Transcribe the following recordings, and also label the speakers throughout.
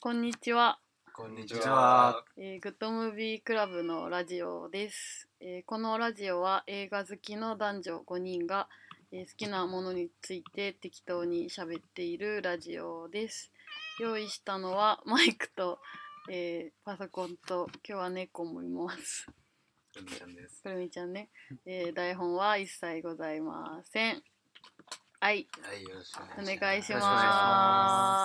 Speaker 1: こんにちは、
Speaker 2: こん
Speaker 3: ん
Speaker 2: に
Speaker 3: に
Speaker 2: ち
Speaker 3: ち
Speaker 2: は
Speaker 3: は。
Speaker 1: えーグッドムービークラブのラジオです、えーこのラジオは映画好きの男女5人が、えー好きなものについて適当に喋っているラジオです用意したのはマイクと、えーパソコンと今日は猫もいます
Speaker 3: くみちゃんです。
Speaker 1: くるみちゃんね、えー台本は一切ございませんはい
Speaker 3: はい、よろしく
Speaker 1: お
Speaker 3: お
Speaker 1: 願いし
Speaker 2: よろしくお願いし
Speaker 1: ま。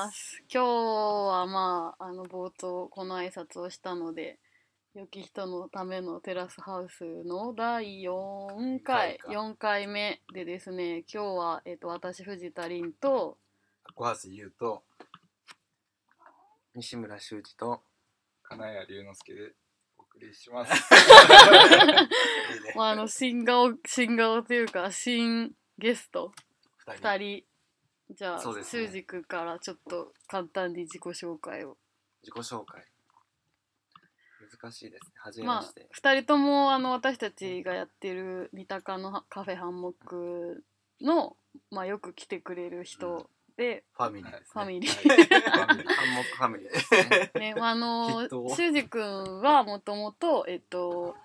Speaker 2: ます
Speaker 1: 今日はまああの冒頭この挨拶をしたので、良き人のためのテラスハウスの第4回
Speaker 3: 回か
Speaker 1: 4回目でですね、今日はえっ、と私藤田凛と
Speaker 3: 小橋優と、
Speaker 2: 西村修二と金谷龍之介でお送りし ます。
Speaker 3: いいね
Speaker 1: まああの新顔新顔というか新ゲスト
Speaker 3: 二人。
Speaker 1: 2人。じゃあ、
Speaker 3: そうですね
Speaker 1: 修二君からちょっと簡単に自己紹介を。
Speaker 3: 自己紹介。難しいですね。初めま
Speaker 1: まあ
Speaker 3: して。、
Speaker 1: 2人ともあの私たちがやってる三鷹のハカフェハンモックの、まあ、よく来てくれる人で、
Speaker 3: ファミリーです、ね。
Speaker 1: ファミリ ー
Speaker 3: はい。ファミリーハンモックファミリーですね。
Speaker 1: ねまあ、あの
Speaker 3: きっと
Speaker 1: 修二君はもともと、えっと、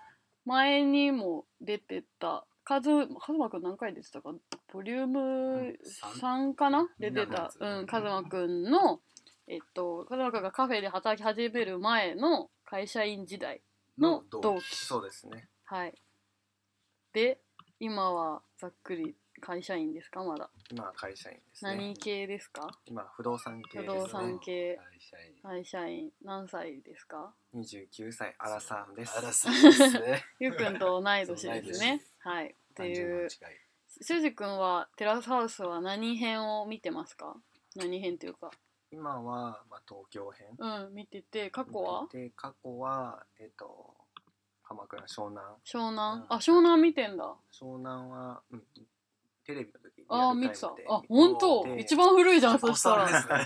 Speaker 1: 前にも出てたカズカズマくん何回出てたかボリューム3かな出てた、
Speaker 3: みんなのやつ
Speaker 1: うん、カズマくんの、えっと、カズマくんがカフェで働き始める前の会社員時代の同期
Speaker 3: そうですね。
Speaker 1: はい。で、今はざっくり会社員ですかまだ。
Speaker 3: 今は会社員ですね。
Speaker 1: 何系ですか
Speaker 3: 今は不動産系
Speaker 1: 不
Speaker 3: です、ね。
Speaker 1: 動産系
Speaker 3: 会社員。
Speaker 1: 会社員。何歳です か
Speaker 3: 二十九歳アラサーです。
Speaker 2: アラサーですね。
Speaker 1: ゆうくんと同い年
Speaker 3: そう同い
Speaker 1: で
Speaker 3: 年
Speaker 1: す
Speaker 3: で
Speaker 1: ね。はい。ってい
Speaker 3: 30
Speaker 1: う
Speaker 3: の。近い
Speaker 1: 修二くんはテラスハウスは何編を見てますか何編というか。
Speaker 3: 今は、まあ、東京編。
Speaker 1: うん、見てて、過去は
Speaker 3: で、過去は、えっ、と、鎌倉湘南。
Speaker 1: 湘南。
Speaker 3: うん
Speaker 1: あ、湘南見てんだ。
Speaker 3: 湘南は、うん、テレビの時に
Speaker 1: あー、見てた。あ、
Speaker 3: ほ
Speaker 1: ほんと
Speaker 3: で
Speaker 1: 一番古いじゃん、そ
Speaker 2: お
Speaker 1: した
Speaker 2: さ
Speaker 1: ら。
Speaker 2: で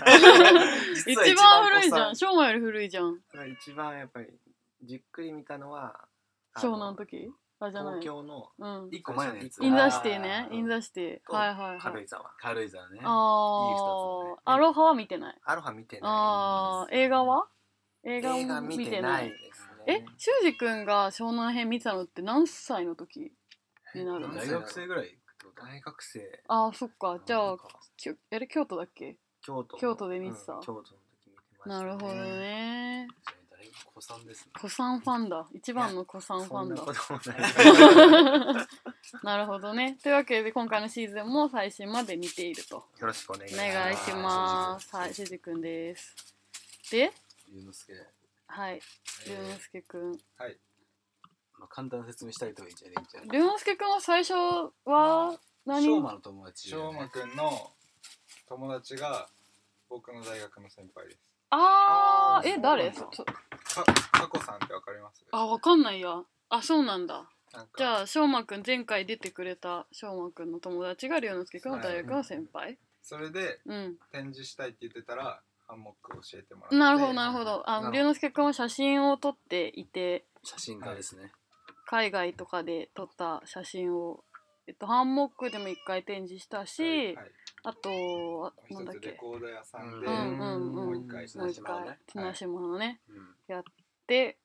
Speaker 2: すね
Speaker 1: 一
Speaker 2: 実は
Speaker 1: 番古いじゃん。
Speaker 2: おさ
Speaker 1: 湘南より古いじゃん。
Speaker 3: 一番やっぱりじっくり見たのはあ
Speaker 1: 湘南の時あ、じゃない
Speaker 3: 東。京の
Speaker 1: うん。
Speaker 2: 一個前のやつ。
Speaker 1: インザシティね
Speaker 3: あ。ー
Speaker 1: インザシティ。
Speaker 3: と
Speaker 1: はいはいは
Speaker 3: 軽
Speaker 1: い。
Speaker 3: 井沢
Speaker 2: 軽井沢ね。
Speaker 1: あ
Speaker 2: いい二つだね
Speaker 1: あ、アロハは見てない。
Speaker 3: アロハ見てな
Speaker 1: ああ、映画は映
Speaker 3: い映
Speaker 1: 画
Speaker 3: 画
Speaker 1: も
Speaker 3: 見
Speaker 1: 見
Speaker 3: て
Speaker 1: て
Speaker 3: な
Speaker 1: ないい
Speaker 3: で。す
Speaker 1: え
Speaker 3: ね、
Speaker 1: 修二くんが湘南編見たのって何歳の時になる
Speaker 3: 何
Speaker 2: 大
Speaker 3: 歳
Speaker 2: 学生ぐらいってこと
Speaker 3: 大学生
Speaker 1: ああ、そっか。じゃ
Speaker 3: な
Speaker 1: あ
Speaker 3: ん、か
Speaker 1: きょあれ京都だっけ
Speaker 3: 京都の
Speaker 1: 京都で見てた
Speaker 3: うん京都の時見てましたね
Speaker 1: なるほどね。
Speaker 2: 誰が子さんですね。
Speaker 1: 古参ファンだ。一番の古参フ
Speaker 3: そ
Speaker 1: ァ
Speaker 3: ん
Speaker 1: ン
Speaker 3: な
Speaker 1: だ。
Speaker 3: こともない
Speaker 1: なるほどね。というわけで、今回のシーズンも最新まで見ていると。
Speaker 3: よろしくお願
Speaker 1: お
Speaker 3: いします
Speaker 1: 願いします。は、
Speaker 2: はいい
Speaker 1: 修二くんです。で、
Speaker 2: 龍之介。
Speaker 1: はい、
Speaker 2: え
Speaker 1: 龍之
Speaker 2: ー
Speaker 1: 介くん。
Speaker 2: まあ簡単な説明したいといいじゃねえじゃん。
Speaker 1: 龍之介くんは最初は何
Speaker 2: ショーマの友達だ
Speaker 4: 翔
Speaker 2: よね。
Speaker 4: 馬くんの友達が僕の大学の先輩です。
Speaker 1: あー
Speaker 3: あ
Speaker 1: え
Speaker 3: ー
Speaker 1: 誰
Speaker 3: そうなんだ
Speaker 1: そそ
Speaker 4: か、かこさんってわかります
Speaker 1: あわかんないやあそうなんだ
Speaker 4: なんか
Speaker 1: じゃあしょうまくん前回出てくれたしょうまくんの友達が龍之介くんの大学の先輩
Speaker 4: それで
Speaker 1: うん
Speaker 4: 展示したいって言ってたら、ハンモックを教えてもらって。
Speaker 1: なるほどなるほどあ
Speaker 3: なるほ
Speaker 1: の
Speaker 3: ど
Speaker 1: 龍之介くんは写真を撮っていて
Speaker 2: 写真家ですね。
Speaker 1: 海外とかで撮った写真をえっとハンモックでも一回展示したし
Speaker 4: はい
Speaker 1: あとあ
Speaker 4: も
Speaker 1: な
Speaker 4: うん
Speaker 1: だっ
Speaker 4: 一つレ
Speaker 1: け
Speaker 4: コード屋さんで、
Speaker 1: うんうんうん
Speaker 4: もう一回
Speaker 1: もう一
Speaker 2: 綱島の
Speaker 1: 回
Speaker 2: ね
Speaker 1: 綱島のね
Speaker 2: うん
Speaker 1: で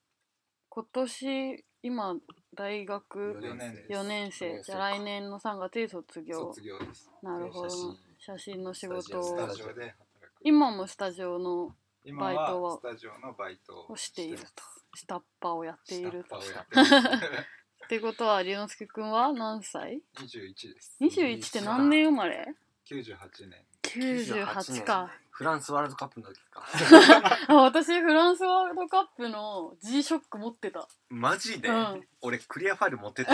Speaker 1: 今年今大学
Speaker 4: 四年生
Speaker 1: 4年
Speaker 2: 四
Speaker 1: 生
Speaker 2: 年
Speaker 1: じ
Speaker 2: 生
Speaker 1: ゃあ
Speaker 2: か
Speaker 1: 来年の3月で卒業
Speaker 4: 卒業です。
Speaker 1: なるほど
Speaker 2: 写真
Speaker 1: 写真の仕事
Speaker 2: ス
Speaker 4: ス
Speaker 1: を
Speaker 4: タジオで働く。
Speaker 1: 今もスタジオの
Speaker 4: 今
Speaker 1: バイトは
Speaker 4: はスタジオのバイト
Speaker 1: を
Speaker 4: を
Speaker 1: している
Speaker 4: ま
Speaker 1: と
Speaker 4: す
Speaker 1: 下っ端をやっていると
Speaker 4: 下っ端をや
Speaker 1: っ
Speaker 4: ってます
Speaker 1: てことは龍之介くんは何歳
Speaker 4: 21です。
Speaker 1: ?21 って何年生まれ
Speaker 4: 98年。
Speaker 1: ?98 か
Speaker 3: フランスワールドカップの時か
Speaker 1: あ私フランスワールドカップの G ショック持ってた
Speaker 3: マジで、
Speaker 1: うん
Speaker 3: 俺クリアファイル持ってた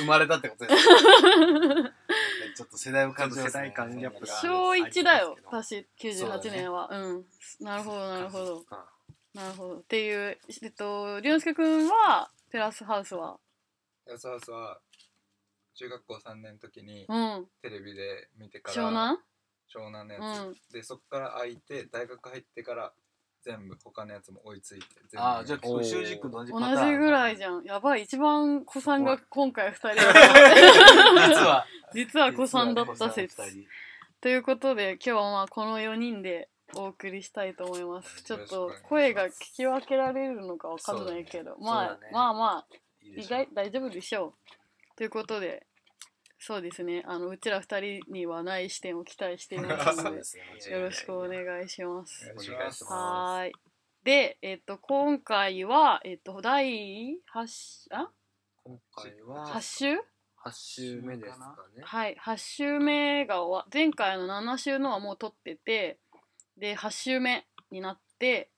Speaker 2: 生まれたってことですね。ちょっと世代を感じます
Speaker 3: ちょ
Speaker 2: ね。
Speaker 3: っと世代間ギャップが
Speaker 1: 小1だよ私
Speaker 2: そうだ
Speaker 1: 98
Speaker 2: ね
Speaker 1: 年はう,、んなるほどなるほど
Speaker 3: あ
Speaker 1: なるほどっていうえっと龍之介くんはテラスハウスは
Speaker 4: やさわさは中学校3年の時に
Speaker 1: うん
Speaker 4: テレビで見てから
Speaker 1: 湘南
Speaker 4: 湘南のやつ、
Speaker 1: うん
Speaker 4: でそこから空いて大学入ってから全部他のやつも追いついて全部
Speaker 2: ああ、じゃあ、今日、修二君と同じ
Speaker 1: 同
Speaker 2: パターン。
Speaker 1: じぐらい
Speaker 2: じ
Speaker 1: じゃんやばい一番子さんが今回2人だった
Speaker 2: ゃん。実は。
Speaker 1: 実は子さんだった説
Speaker 2: 実はね
Speaker 1: ということで今日はまあこの4人でお送りしたいと思います。ちょっ
Speaker 4: よ
Speaker 1: と
Speaker 4: ろしくお願
Speaker 1: 声
Speaker 4: いします
Speaker 1: が聞き分けられるのかわかんないけど、まあ、
Speaker 3: そうだね
Speaker 1: まあまあ
Speaker 2: いい
Speaker 1: 意
Speaker 2: でしょう
Speaker 1: 外大丈夫でしょう。ということでそうですねあのうちら二人にはない視点を期待しています
Speaker 2: そ
Speaker 1: の
Speaker 2: う
Speaker 1: で
Speaker 2: ですね
Speaker 1: よろしくお願いします。
Speaker 4: お願いしま
Speaker 1: はーい。で、えっと、今回は、えっと、第8、あ
Speaker 3: 今回は
Speaker 1: 8週
Speaker 3: 8週目ですかね
Speaker 1: はい、8週目が終わ、前回の7週のはもう撮ってて、で、8週目になって、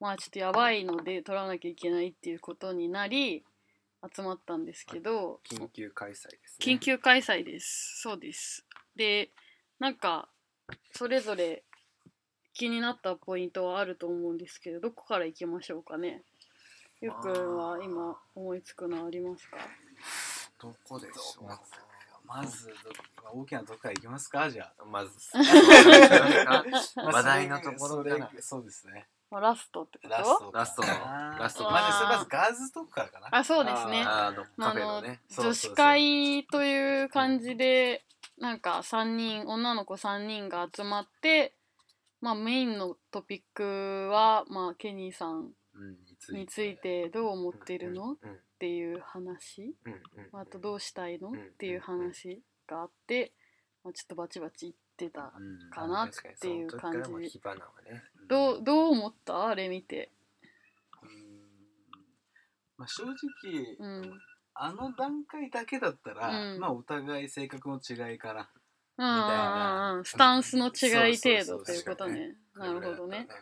Speaker 1: まあちょっとやばいので撮らなきゃいけないっていうことになり、集まったんですけど、
Speaker 3: 緊急開催ですね
Speaker 1: 緊急開催です。そうです。で、なんか、それぞれ気になったポイントはあると思うんですけど、どこから行きましょうかね。ゆうくんは今思いつくのありますか
Speaker 3: どこでし ょう
Speaker 2: まずどまあ大きなとこからいきますかじゃ
Speaker 3: まず
Speaker 2: あ、
Speaker 3: 話題のところから
Speaker 2: それそうですね
Speaker 1: まあラストってこと
Speaker 2: ラスト
Speaker 3: ラストのラストの
Speaker 2: まずそれまずガールズトークからかな
Speaker 1: あ、そうですね。
Speaker 3: あのカフェのね
Speaker 2: そうそ
Speaker 1: 女
Speaker 2: うそう
Speaker 1: 子会という感じでなんか3人女の子3人が集まって、まあ、メインのトピックは、まあ、ケニーさん
Speaker 3: うんにつ
Speaker 1: についてどう思ってるのっ
Speaker 3: うんうん
Speaker 1: ていう話
Speaker 3: うんうん
Speaker 1: あとどうしたいのっ
Speaker 3: うん
Speaker 1: ていう話があって、まあ、ちょっとバチバチ言ってた
Speaker 2: うん
Speaker 1: かなっ
Speaker 3: 確かに
Speaker 1: ていう
Speaker 3: その時からも
Speaker 1: 感じ
Speaker 3: 火花はね
Speaker 1: どうどう思ったあれ見て
Speaker 2: うんまあ、正直、
Speaker 1: うん
Speaker 2: あの段階だけだったら、
Speaker 1: うん
Speaker 2: まあお互い性格の違いかな
Speaker 1: うんう
Speaker 2: い
Speaker 1: ん
Speaker 2: な
Speaker 1: うんうんスタンスの違い程
Speaker 2: そうそうそ
Speaker 1: 度
Speaker 2: う
Speaker 1: ということねなるほどね
Speaker 2: うん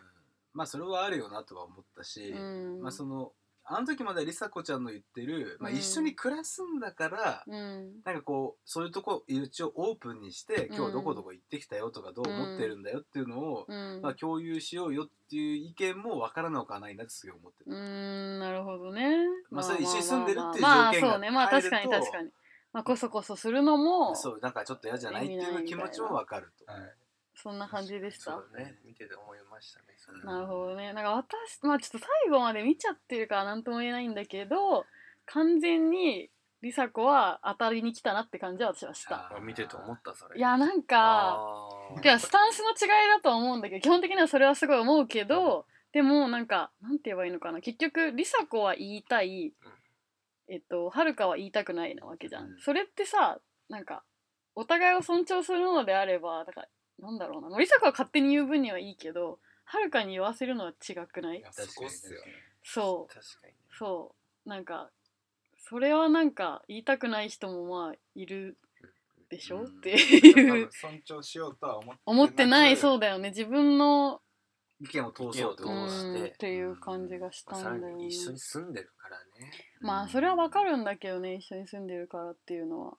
Speaker 2: まあそれはあるよなとは思ったし、
Speaker 1: うん
Speaker 2: まあそのあの時までりさこちゃんの言ってる、まあ、
Speaker 1: うん
Speaker 2: 一緒に暮らすんだから、
Speaker 1: うん
Speaker 2: なんかこうそういうとこ一応オープンにして
Speaker 1: うん
Speaker 2: 今日どこどこ行ってきたよとかどう思ってるんだよっていうのを、
Speaker 1: うん
Speaker 2: まあ、共有しようよっていう意見もわからなくはないなってすごい思って
Speaker 1: うー
Speaker 2: る、
Speaker 1: んなるほどね。
Speaker 2: まあそれ一緒に住んでるっていう
Speaker 1: まあまあまあ
Speaker 2: 条件
Speaker 1: ま
Speaker 2: が
Speaker 1: あそうね。まあ
Speaker 2: 入る
Speaker 1: 確
Speaker 2: と
Speaker 1: かに確かに。まあこそこそするのもそ
Speaker 2: そうなんかちょっと嫌じゃないっていう気持ちもわかると、
Speaker 4: はい
Speaker 1: んな感じでし
Speaker 3: そ
Speaker 1: た
Speaker 3: う。だね見てて思いましたねそれは
Speaker 1: なるほどね。なんか私まあちょっと最後まで見ちゃってるからなんとも言えないんだけど、完全に梨紗子は当たりに来たなって感じは私はした。
Speaker 3: あ見てて思ったそれ
Speaker 1: いやなんか。
Speaker 3: あー
Speaker 1: いやスタンスの違いだとは思うんだけど基本的にはそれはすごい思うけどでもなんかなんて言えばいいのかな結局梨紗子は言いたいえっとはるかは言いたくないなわけじゃん、
Speaker 2: うん
Speaker 1: それってさなんかお互いを尊重するのであればだからなんだろうなまあ梨紗子は勝手に言う分にはいいけどはるかに言わせるのは違くない
Speaker 4: いやそこっすよね
Speaker 1: そう
Speaker 3: 確かにね
Speaker 1: そうなんかそれはなんか言いたくない人もまあいるでしょ、
Speaker 2: うん
Speaker 1: っていう
Speaker 4: 多分尊重しようとは思って
Speaker 1: 思ってない
Speaker 4: そ
Speaker 1: そうだよね自分の
Speaker 2: 意見を通そうって
Speaker 3: ど
Speaker 2: こ
Speaker 3: 意見
Speaker 2: と
Speaker 3: を
Speaker 2: だ
Speaker 3: 通
Speaker 2: し
Speaker 3: して
Speaker 1: うんっていう感じがした
Speaker 3: さら
Speaker 1: んだよね
Speaker 3: に一緒に住んでるからね
Speaker 1: まあそれはわかるんだけどね一緒に住んでるからっていうのは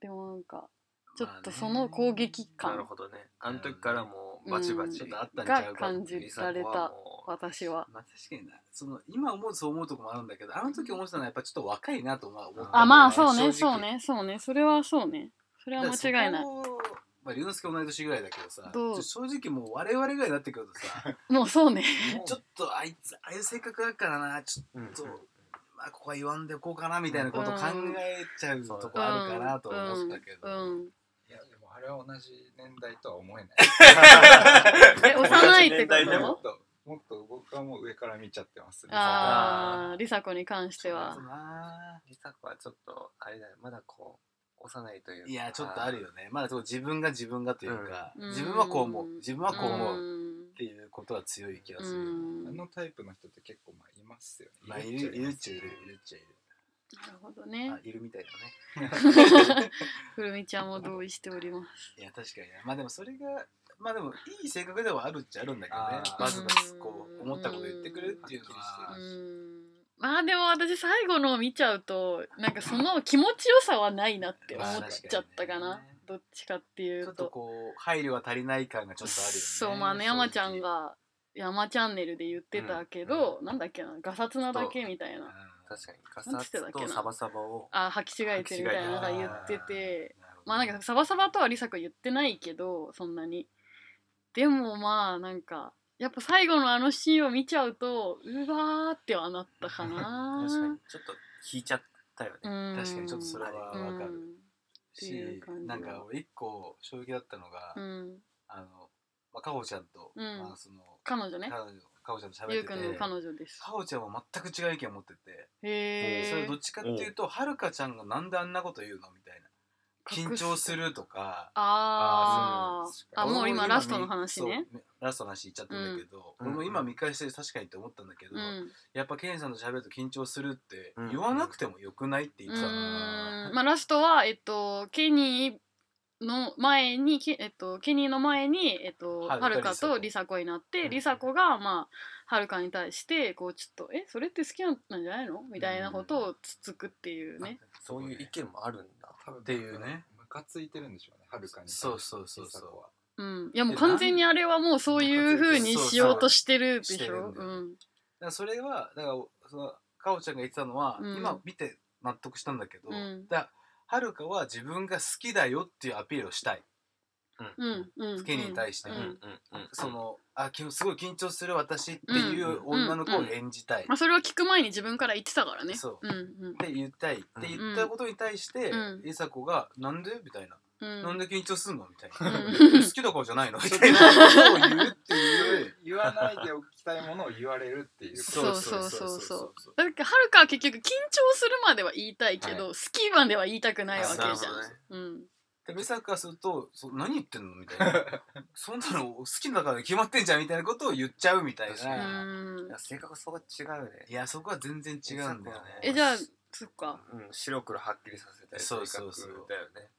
Speaker 1: でもなんかちょっとその攻撃
Speaker 3: なる
Speaker 1: 感
Speaker 3: ほどねあの時からもうバチバ
Speaker 1: う
Speaker 3: チ
Speaker 2: ちょ
Speaker 1: ん
Speaker 2: っとあったんちゃうか
Speaker 1: が感じられた私は
Speaker 2: まあ確かになその今思うとそう思うとこもあるんだけどあの時思ってたのはやっぱちょっと若いなとまあ思ったんだよね
Speaker 1: あまあそうね
Speaker 2: 正直
Speaker 1: そうねそうねそれはそうねそれは間違いない
Speaker 2: だからそこをまあ龍之介同い年ぐらいだけどさ
Speaker 1: どう
Speaker 2: ちょ正直もう我々ぐらいになってくるとさ
Speaker 1: もうそうね
Speaker 2: ちょっとあいつああいう性格だからなちょっ
Speaker 3: うん
Speaker 2: と、まあここは言わんでおこうかなみたいなこと考えちゃうとこあるかなと思ったけど、
Speaker 1: うん
Speaker 4: いやでもあれは同じ年代とは思えない
Speaker 1: え幼いってこ
Speaker 3: 年代で
Speaker 1: と
Speaker 4: もっともっと僕はもう上から見ちゃってます
Speaker 1: ああ梨紗子に関しては
Speaker 2: そうだな
Speaker 3: リサ子はちょっとあれだよまだこう幼いというか
Speaker 2: いやちょっとあるよねまだそう自分が自分がというか、
Speaker 1: うん
Speaker 2: 自分はこう思う自分はこう思う、っ
Speaker 1: ん
Speaker 2: ていうことは強い気が
Speaker 1: う
Speaker 2: する、
Speaker 1: ん
Speaker 4: あのタイプの人って結構まあいますよね。
Speaker 2: まあい
Speaker 4: っちゃ
Speaker 2: るいるっちゃいるいるっちゃい
Speaker 1: なるほど
Speaker 2: る、
Speaker 1: ね
Speaker 2: あ いるみたいだね
Speaker 1: くるみちゃんも同意しております
Speaker 2: いや確かにねまあでもそれがまあでもいい性格ではあるっちゃあるんだけどね
Speaker 4: あー
Speaker 2: バズバズこ
Speaker 1: うん
Speaker 2: う思ったこと言ってくれるっていうのは
Speaker 1: うーんまあでも私最後のを見ちゃうとなんかその気持ちよさはないなって思っちゃったかな、
Speaker 2: まあ確かにね
Speaker 1: どっちかってい
Speaker 2: ちょ
Speaker 1: う
Speaker 2: っと
Speaker 1: と
Speaker 2: こう配慮が足りない感がちょっとあるよね
Speaker 1: そうまあね山ちゃんが「山チャンネル」で言ってたけど、なんだっけなガサツなだけみたい
Speaker 2: 正直
Speaker 1: な
Speaker 3: 確かにカ
Speaker 1: なんつって
Speaker 3: サ
Speaker 1: たっ
Speaker 3: ツ
Speaker 1: けな
Speaker 3: とサバサバを
Speaker 1: あ履き違えてるみたいなのが
Speaker 2: 履き違
Speaker 1: 言
Speaker 2: え
Speaker 1: ってて
Speaker 2: うん
Speaker 1: まあなんかサバサバとは梨紗子言ってないけどそんなにでもまあなんかやっぱ最後のあのシーンを見ちゃうとうわーってはなったか な
Speaker 3: 確かにちょっと引いちゃったよね、
Speaker 1: うん
Speaker 2: 確かにちょっとそれはわか
Speaker 1: う
Speaker 2: る
Speaker 1: んって
Speaker 2: し
Speaker 1: いう感じは
Speaker 2: なんか俺一個衝撃だったのが
Speaker 1: うん
Speaker 2: あのまあ、かほちゃんと、
Speaker 1: うん
Speaker 2: まあ、その
Speaker 1: 彼女ね
Speaker 2: 彼女かほちゃんと
Speaker 1: ゆう
Speaker 2: 喋って
Speaker 1: く
Speaker 2: て
Speaker 1: んの彼女です
Speaker 2: かほちゃんは全く違う意見を持ってて、
Speaker 1: へ
Speaker 2: それ
Speaker 1: え
Speaker 2: どっちかっていうとはるかちゃんがなんであんなこと言うのみたいな緊張するとか
Speaker 1: あーあ
Speaker 4: あそう
Speaker 1: もう今
Speaker 2: 俺
Speaker 1: ラストの話ね
Speaker 2: そうラストの話言っちゃったんだけ
Speaker 3: う
Speaker 2: ど、
Speaker 3: ん
Speaker 2: 俺も今見返して確かにって思ったんだけど、
Speaker 1: うん
Speaker 2: やっぱケンさんと喋ると緊張するって
Speaker 3: うん
Speaker 2: 言わなくてもよくないって言
Speaker 1: う
Speaker 2: ってたの、
Speaker 1: ーんまあラストはえっとケニーの前にケ,、えっと、ケニーの前に、えっと、
Speaker 2: はる
Speaker 1: はるかとりさこになって
Speaker 3: うん
Speaker 1: りさこが、まあ、はるかに対してこうちょっと「えそれって好きなんじゃないの?」みたいなことをつつくっていうね
Speaker 3: そういう意見もあるんだ
Speaker 4: 多分
Speaker 2: っていうね
Speaker 4: ムカついてるんでしょうねはるかに
Speaker 2: そうそうそうそう
Speaker 4: 梨紗子は
Speaker 1: うん、いやもう完全にあれはもうそういう風にしようとしてるで
Speaker 2: そうそうして
Speaker 1: し
Speaker 2: る
Speaker 1: ょ
Speaker 2: んだ
Speaker 1: う
Speaker 2: よ
Speaker 1: ん
Speaker 2: だからそれはだからそのかおちゃんが言ってたのは、
Speaker 1: うん
Speaker 2: 今見て納得したんだけど、
Speaker 1: うん
Speaker 2: だからはるかは自分が好きだよっていうアピールをしたい、
Speaker 1: うんうん
Speaker 2: ケニーに対して、
Speaker 1: うん
Speaker 2: そのあきすごい緊張する私っていう女の子を演じたい、
Speaker 1: まあ、それを聞く前に自分から言ってたからね
Speaker 2: そ
Speaker 1: うんうん
Speaker 2: って言いたいって言ったことに対して、
Speaker 1: うん
Speaker 2: 梨紗子が「なんで?」みたいな
Speaker 1: う
Speaker 2: 「なん
Speaker 1: ん
Speaker 2: で緊張すんの?」みたいな
Speaker 1: う
Speaker 2: 「
Speaker 1: ん
Speaker 2: 好きだからじゃないの?」み
Speaker 4: ちょったと
Speaker 2: い
Speaker 4: 言うこ
Speaker 2: な
Speaker 4: とを言うって いう言わないでおきたいものを言われるっていう
Speaker 1: そうそうそうそううだってはるかは結局緊張するまでは言いたいけど、好きまでは言いたくないわけじゃん
Speaker 2: あそう
Speaker 3: だね
Speaker 1: うん
Speaker 2: で美坂からするとそ「何言ってんの?」みたいな「そんなの好きだから決まってんじゃん」みたいなことを言っちゃうみたい
Speaker 3: 確
Speaker 1: う
Speaker 2: な、
Speaker 1: ん
Speaker 3: いや性格そこ違うね
Speaker 2: いやそこは全然違うんだよね
Speaker 1: えじゃあそっか
Speaker 3: うん白黒はっきりさせたい
Speaker 2: そう
Speaker 3: 性
Speaker 2: そう
Speaker 3: 格
Speaker 2: そう
Speaker 3: だよね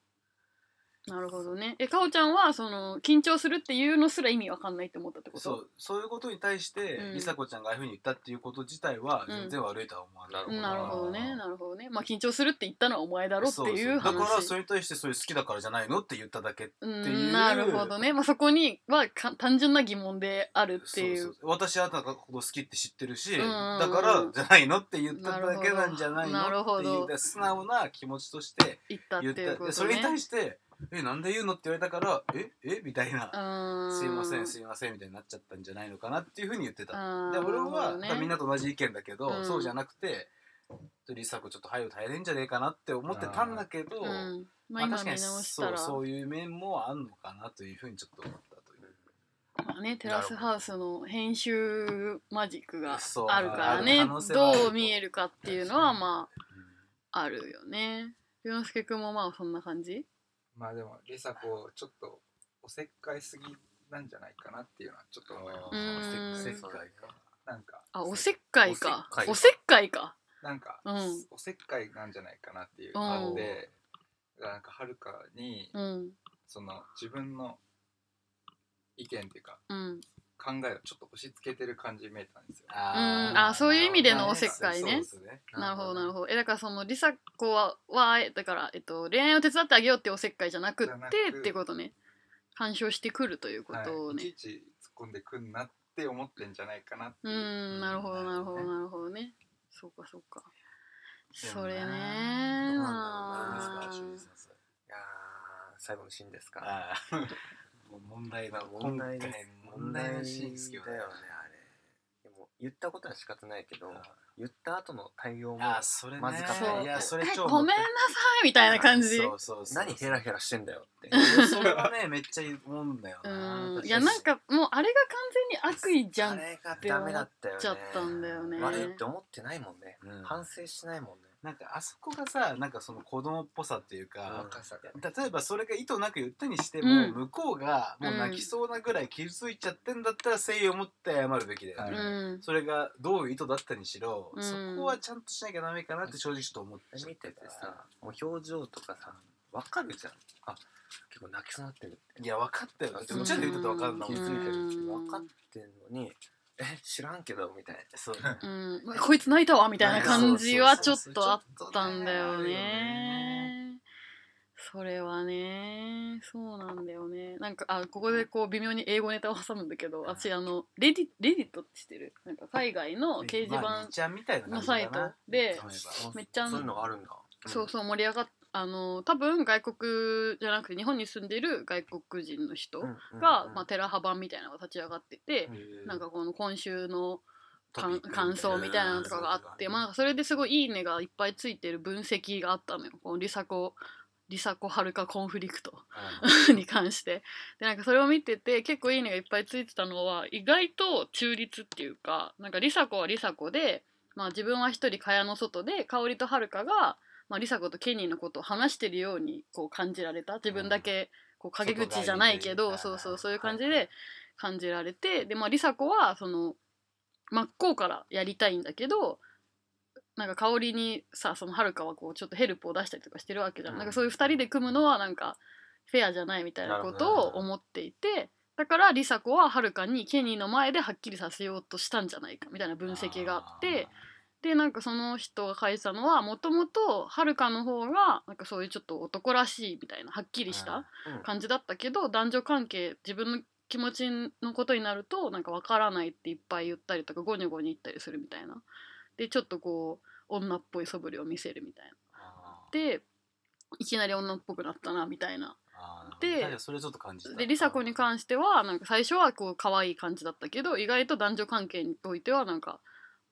Speaker 1: なるほどねえかおちゃんはその緊張するっていうのすら意味わかんないって思ったってこと
Speaker 2: そうそういうことに対して、
Speaker 1: うん
Speaker 2: 梨紗子ちゃんがああいうふうに言ったっていうこと自体は全然悪いとは思わない、
Speaker 3: うん
Speaker 1: なるほどねなるほどねまあ緊張するって言ったのはお前だろっていう話
Speaker 2: そそだからそれに対してそれ好きだからじゃないのって言っただけ
Speaker 1: う、
Speaker 2: っていうん
Speaker 1: なるほどね、まあ、そこにはか単純な疑問であるっていう
Speaker 2: そうそう私あなたのこと好きって知ってるし、
Speaker 1: うんうんうん
Speaker 2: だからじゃないのって言っただけなんじゃないの
Speaker 1: なるほど
Speaker 2: っていうだから素直な気持ちとして
Speaker 1: 言ったって
Speaker 2: 言った
Speaker 1: いうことね
Speaker 2: でそれに対して「えなんで言うの?」って言われたから「ええみたいな
Speaker 1: う
Speaker 2: 「
Speaker 1: ーん
Speaker 2: すいませんすいません」みたいになっちゃったんじゃないのかなっていうふうに言ってた。
Speaker 1: あー
Speaker 2: で俺は、
Speaker 1: なるほどね
Speaker 2: みんなと同じ意見だけど、
Speaker 1: うん
Speaker 2: そうじゃなくて梨紗子ちょっと配慮大変じゃねえかなって思ってたんだけど、
Speaker 1: うんまあ、今見直した
Speaker 2: そう
Speaker 1: ら、
Speaker 2: そういう面もあんのかなというふうにちょっと思ったという。
Speaker 1: まあね、テラスハウスの編集マジックが
Speaker 2: そう
Speaker 1: あるからね
Speaker 2: ある可能性はある
Speaker 1: どう見えるかっていうのはまああるよね龍之介くんもまあそんな感じ
Speaker 4: まあでも梨紗子ちょっとおせっかいすぎなんじゃないかなっていうのはちょっと思います
Speaker 1: うーん
Speaker 2: せっかいか
Speaker 4: なんか
Speaker 1: あおせっかいかお
Speaker 3: お
Speaker 1: せ
Speaker 3: せ
Speaker 1: っかいか
Speaker 4: なんか、
Speaker 1: うん
Speaker 4: おせっかいなんじゃないかなっていうのがあって、だからなんかはるかに、
Speaker 1: うん
Speaker 4: その自分の意見っていうか
Speaker 1: うん
Speaker 4: 考えをちょっと押し付けてる感じに見えたんですよ。
Speaker 1: うんあそういう意味でのおせっかいね
Speaker 2: そうですね
Speaker 1: なるほどなる
Speaker 3: ほど
Speaker 1: ほどえだからその梨紗子ははえだから、えっと、恋愛を手伝ってあげようっていうおせっかいじゃなくっ
Speaker 4: じゃな
Speaker 1: て
Speaker 4: く
Speaker 1: ってことね干渉してくるということを
Speaker 4: はい、
Speaker 1: ね、
Speaker 4: いちいち突っ込んでくんなって思ってんじゃないかなって
Speaker 1: う
Speaker 4: いう
Speaker 1: ーんなるほどなるほど
Speaker 4: ね
Speaker 1: なるほどねそうかそうか
Speaker 2: で
Speaker 1: そ
Speaker 2: もな
Speaker 1: れね
Speaker 3: どう
Speaker 1: まあ
Speaker 3: な
Speaker 2: どうですか修二さん
Speaker 3: いやー最後のシーンですか
Speaker 2: あーもう問題だ
Speaker 3: 問題
Speaker 2: 今
Speaker 3: で
Speaker 2: 回
Speaker 3: す
Speaker 2: 問題のシーンですけど
Speaker 3: だよねあれでも言ったことは仕方ないけど
Speaker 2: あ
Speaker 3: 言った後の対応も
Speaker 2: あーそれね
Speaker 3: まずかった
Speaker 1: ね
Speaker 2: いやそれ
Speaker 1: え
Speaker 2: 超
Speaker 1: ごめんなさいみたいな感じ
Speaker 2: そうそうそう
Speaker 3: 何ヘラヘラしてんだよって
Speaker 2: それ はねめっちゃ思うんだよ
Speaker 1: う
Speaker 2: な
Speaker 1: ーんいやなんかもうあれが完全に悪意じゃ
Speaker 3: あ
Speaker 1: ん
Speaker 3: れがダメだったよね
Speaker 1: ちゃったんだよね
Speaker 3: 悪いって思ってないもんね、
Speaker 2: うん
Speaker 3: 反省しないもんね
Speaker 2: なんかあそこがさなんかその子供っぽさっていうか、
Speaker 4: 若さが
Speaker 2: 例えばそれが意図なく言ったにして
Speaker 1: う
Speaker 2: も、
Speaker 1: ん
Speaker 2: 向こうがもう泣きそうなぐらい傷ついちゃってんだったら誠意を持って謝るべきだよね、
Speaker 4: う
Speaker 1: うん
Speaker 2: それがどういう意図だったにしろ、
Speaker 1: うん
Speaker 2: そこはちゃんとしなきゃダメかなって正直ちょっと思っちゃ
Speaker 3: 見
Speaker 2: って
Speaker 3: て
Speaker 2: た
Speaker 3: さもう表情とかさわかるじゃんあ結構泣きそうになってるって
Speaker 2: いや分かったよだって
Speaker 3: うん
Speaker 2: うちらで言うと分かるんだもん
Speaker 3: 気
Speaker 1: う
Speaker 3: づ
Speaker 1: ん
Speaker 3: いてるって
Speaker 1: うん
Speaker 3: 分かってんのにえ知らんけどみたいな
Speaker 2: そう
Speaker 1: うんまあこいつ泣いたわみたいな感じはちょっとあっ
Speaker 2: ちょっと
Speaker 1: たんだよね。それはね、そうなんだよね。なんか、あ、ここでこう微妙に英語ネタを挟むんだけど、私、あの、レディ、レディットってしてる。なんか海外の掲示
Speaker 2: まあ
Speaker 1: 板
Speaker 2: 兄ちゃんみたいな感
Speaker 1: の
Speaker 2: じ
Speaker 1: サ
Speaker 2: だな
Speaker 1: イトで、
Speaker 2: そういえ
Speaker 1: めっちゃ
Speaker 3: そういうのがあるんだ
Speaker 1: そうそう盛り上がっあの、多分外国じゃなくて日本に住んでる外国人の人
Speaker 3: うん
Speaker 1: が、
Speaker 3: うん
Speaker 1: まあ、テラハ版みたいなのが立ち上がってて、なんかこの今週の
Speaker 2: ば
Speaker 1: 感感想みたいなのとかがあって、まあ、それですごい「いいね」がいっぱいついてる分析があったのよこの梨紗子梨紗子はるかコンフリクト
Speaker 3: う
Speaker 1: に関してでなんかそれを見てて結構いいねがいっぱいついてたのは意外と中立っていうかなんか梨紗子は梨紗子で、まあ、自分は一人蚊帳の外で香織とはるかが、まあ、梨紗子とケニーのことを話してるようにこう感じられた自分だけこう陰口じゃないけど、
Speaker 3: 外側にとい
Speaker 1: そうう
Speaker 3: か
Speaker 1: そうそういう感じで感じられてでまあ梨紗子はその真っ向からやりたいんだけどなんか香りにさそのはるかはこうちょっとヘルプを出したりとかしてるわけじゃん、
Speaker 3: うん
Speaker 1: なんかそういう2人で組むのはなんかフェアじゃないみたいなことを思っていてだから梨紗子ははるかにケニーの前ではっきりさせようとしたんじゃないかみたいな分析があってでなんかその人が書いてたのはもともとはるかの方がなんかそういうちょっと男らしいみたいなはっきりした、
Speaker 3: ん
Speaker 1: 感じだったけど男女関係自分の気持ちのことになるとなんか分からないっていっぱい言ったりとかゴニョゴニョ言ったりするみたいなでちょっとこう女っぽい素振りを見せるみたいな
Speaker 2: あー
Speaker 1: でいきなり女っぽくなったなみたいな
Speaker 2: あー
Speaker 1: で
Speaker 2: 確かにそれちょっと感じた
Speaker 1: で梨紗子に関してはなんか最初はこう可愛い感じだったけど意外と男女関係においてはなんか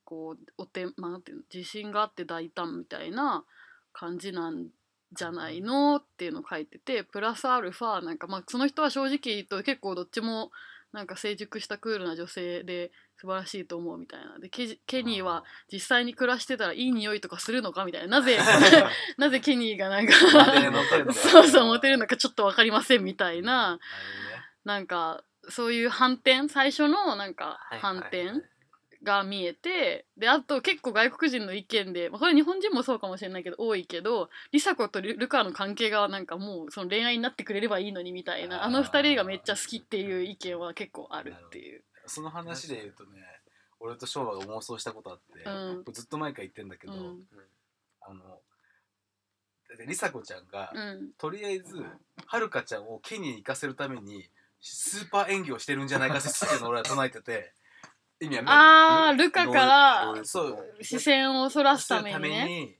Speaker 1: こうお手、まあ、なんていうの自信があって大胆みたいな感じなんじゃないのっていうのを書いててプラスアルファなんか、まあ、その人は正直言うと結構どっちもなんか成熟したクールな女性で素晴らしいと思うみたいなでケジケニーは実際に暮らしてたらいい匂いとかするのかみたいななぜなぜケニーがなんか そうそうモテるのかちょっと分かりませんみたいななんかそういう反転最初のなんか反転が見えて、であと結構外国人の意見で、まあ、これ日本人もそうかもしれないけど多いけど梨紗子とルルカの関係がなんかもうその恋愛になってくれればいいのにみたいな
Speaker 2: あー
Speaker 1: あの二人がめっちゃ好きっていう意見は結構あるっていう。
Speaker 2: その話で言うとね俺と昭和が妄想したことあって、
Speaker 1: うん
Speaker 2: これずっと前から言ってんだけ
Speaker 1: う
Speaker 2: ど、
Speaker 1: ん
Speaker 2: あの梨紗子ちゃんが、
Speaker 1: うん、
Speaker 2: とりあえずはるかちゃんをケニーに行かせるためにスーパー演技をしてるんじゃないか説っていうのを俺は唱えてて意味わか
Speaker 1: あールカから
Speaker 2: るそう
Speaker 1: 視線をそらすために
Speaker 2: そう
Speaker 1: ね
Speaker 2: に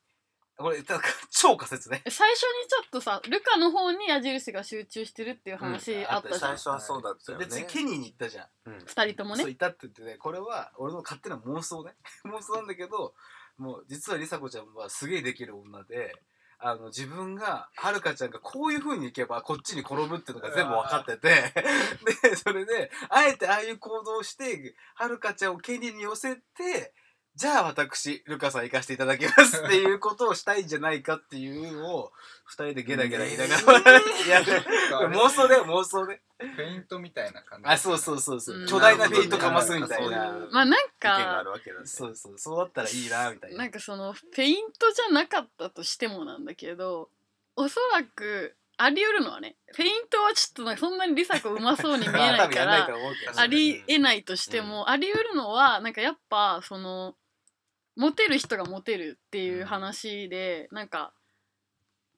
Speaker 2: これただ超仮説ね
Speaker 1: 最初にちょっとさルカの方に矢印が集中してるっていう話あったじゃん、
Speaker 3: 最初はそうだったよね
Speaker 2: 別にケニーに行ったじゃ
Speaker 3: う
Speaker 2: ん
Speaker 3: ん
Speaker 1: 二人ともね
Speaker 2: そういたって言ってねこれは俺の勝手な妄想ね 妄想なんだけどもう実は梨紗子ちゃんはすげえできる女であの自分がはるかちゃんがこういう風に行けばこっちに転ぶっていうのが全部分かっててでそれであえてああいう行動をしてはるかちゃんをケニーに寄せてじゃあ私ルカさん行かせていただきますっていうことをしたいんじゃないかっていうのを二人でゲラゲラ言いながら、 いや
Speaker 4: なんか
Speaker 2: 妄想だよ妄想ね
Speaker 4: あれフェイントみたいな感じ
Speaker 2: あそうそうそうそう、
Speaker 1: うん
Speaker 2: 巨大なフェイントかますみたい
Speaker 3: そう
Speaker 2: な。
Speaker 3: いう
Speaker 1: まあなん
Speaker 3: 意見があ
Speaker 1: か
Speaker 3: るわけだね
Speaker 2: そうそうそうだったらいいなみたいな
Speaker 1: なんかそのフェイントじゃなかったとしてもなんだけどおそらくあり得るのはねフェイントはちょっとなんかそんなに梨紗子うまそうに見え
Speaker 2: ま
Speaker 1: な
Speaker 2: あ多
Speaker 1: い
Speaker 2: 分や
Speaker 1: か
Speaker 2: んない
Speaker 1: ら
Speaker 2: と思うけど
Speaker 1: ありえないとしても、あり得るのはなんかやっぱそのモテる人がモテるっていう話で、なんか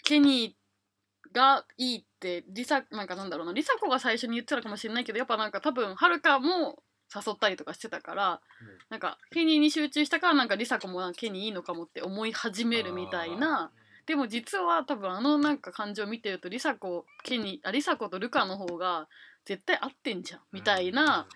Speaker 1: ケニーがいいってリサなんかなんだろうなリサ子が最初に言ってたかもしれないけどやっぱなんか多分はるかも誘ったりとかしてたから、
Speaker 3: うん
Speaker 1: なんかケニーに集中したからなんかリサ子もなんかケニーいいのかもって思い始めるみたいな。でも実は多分あのなんか感情を見てるとリサ子ケニーあリサ子とルカの方が絶対合ってんじゃんみたいな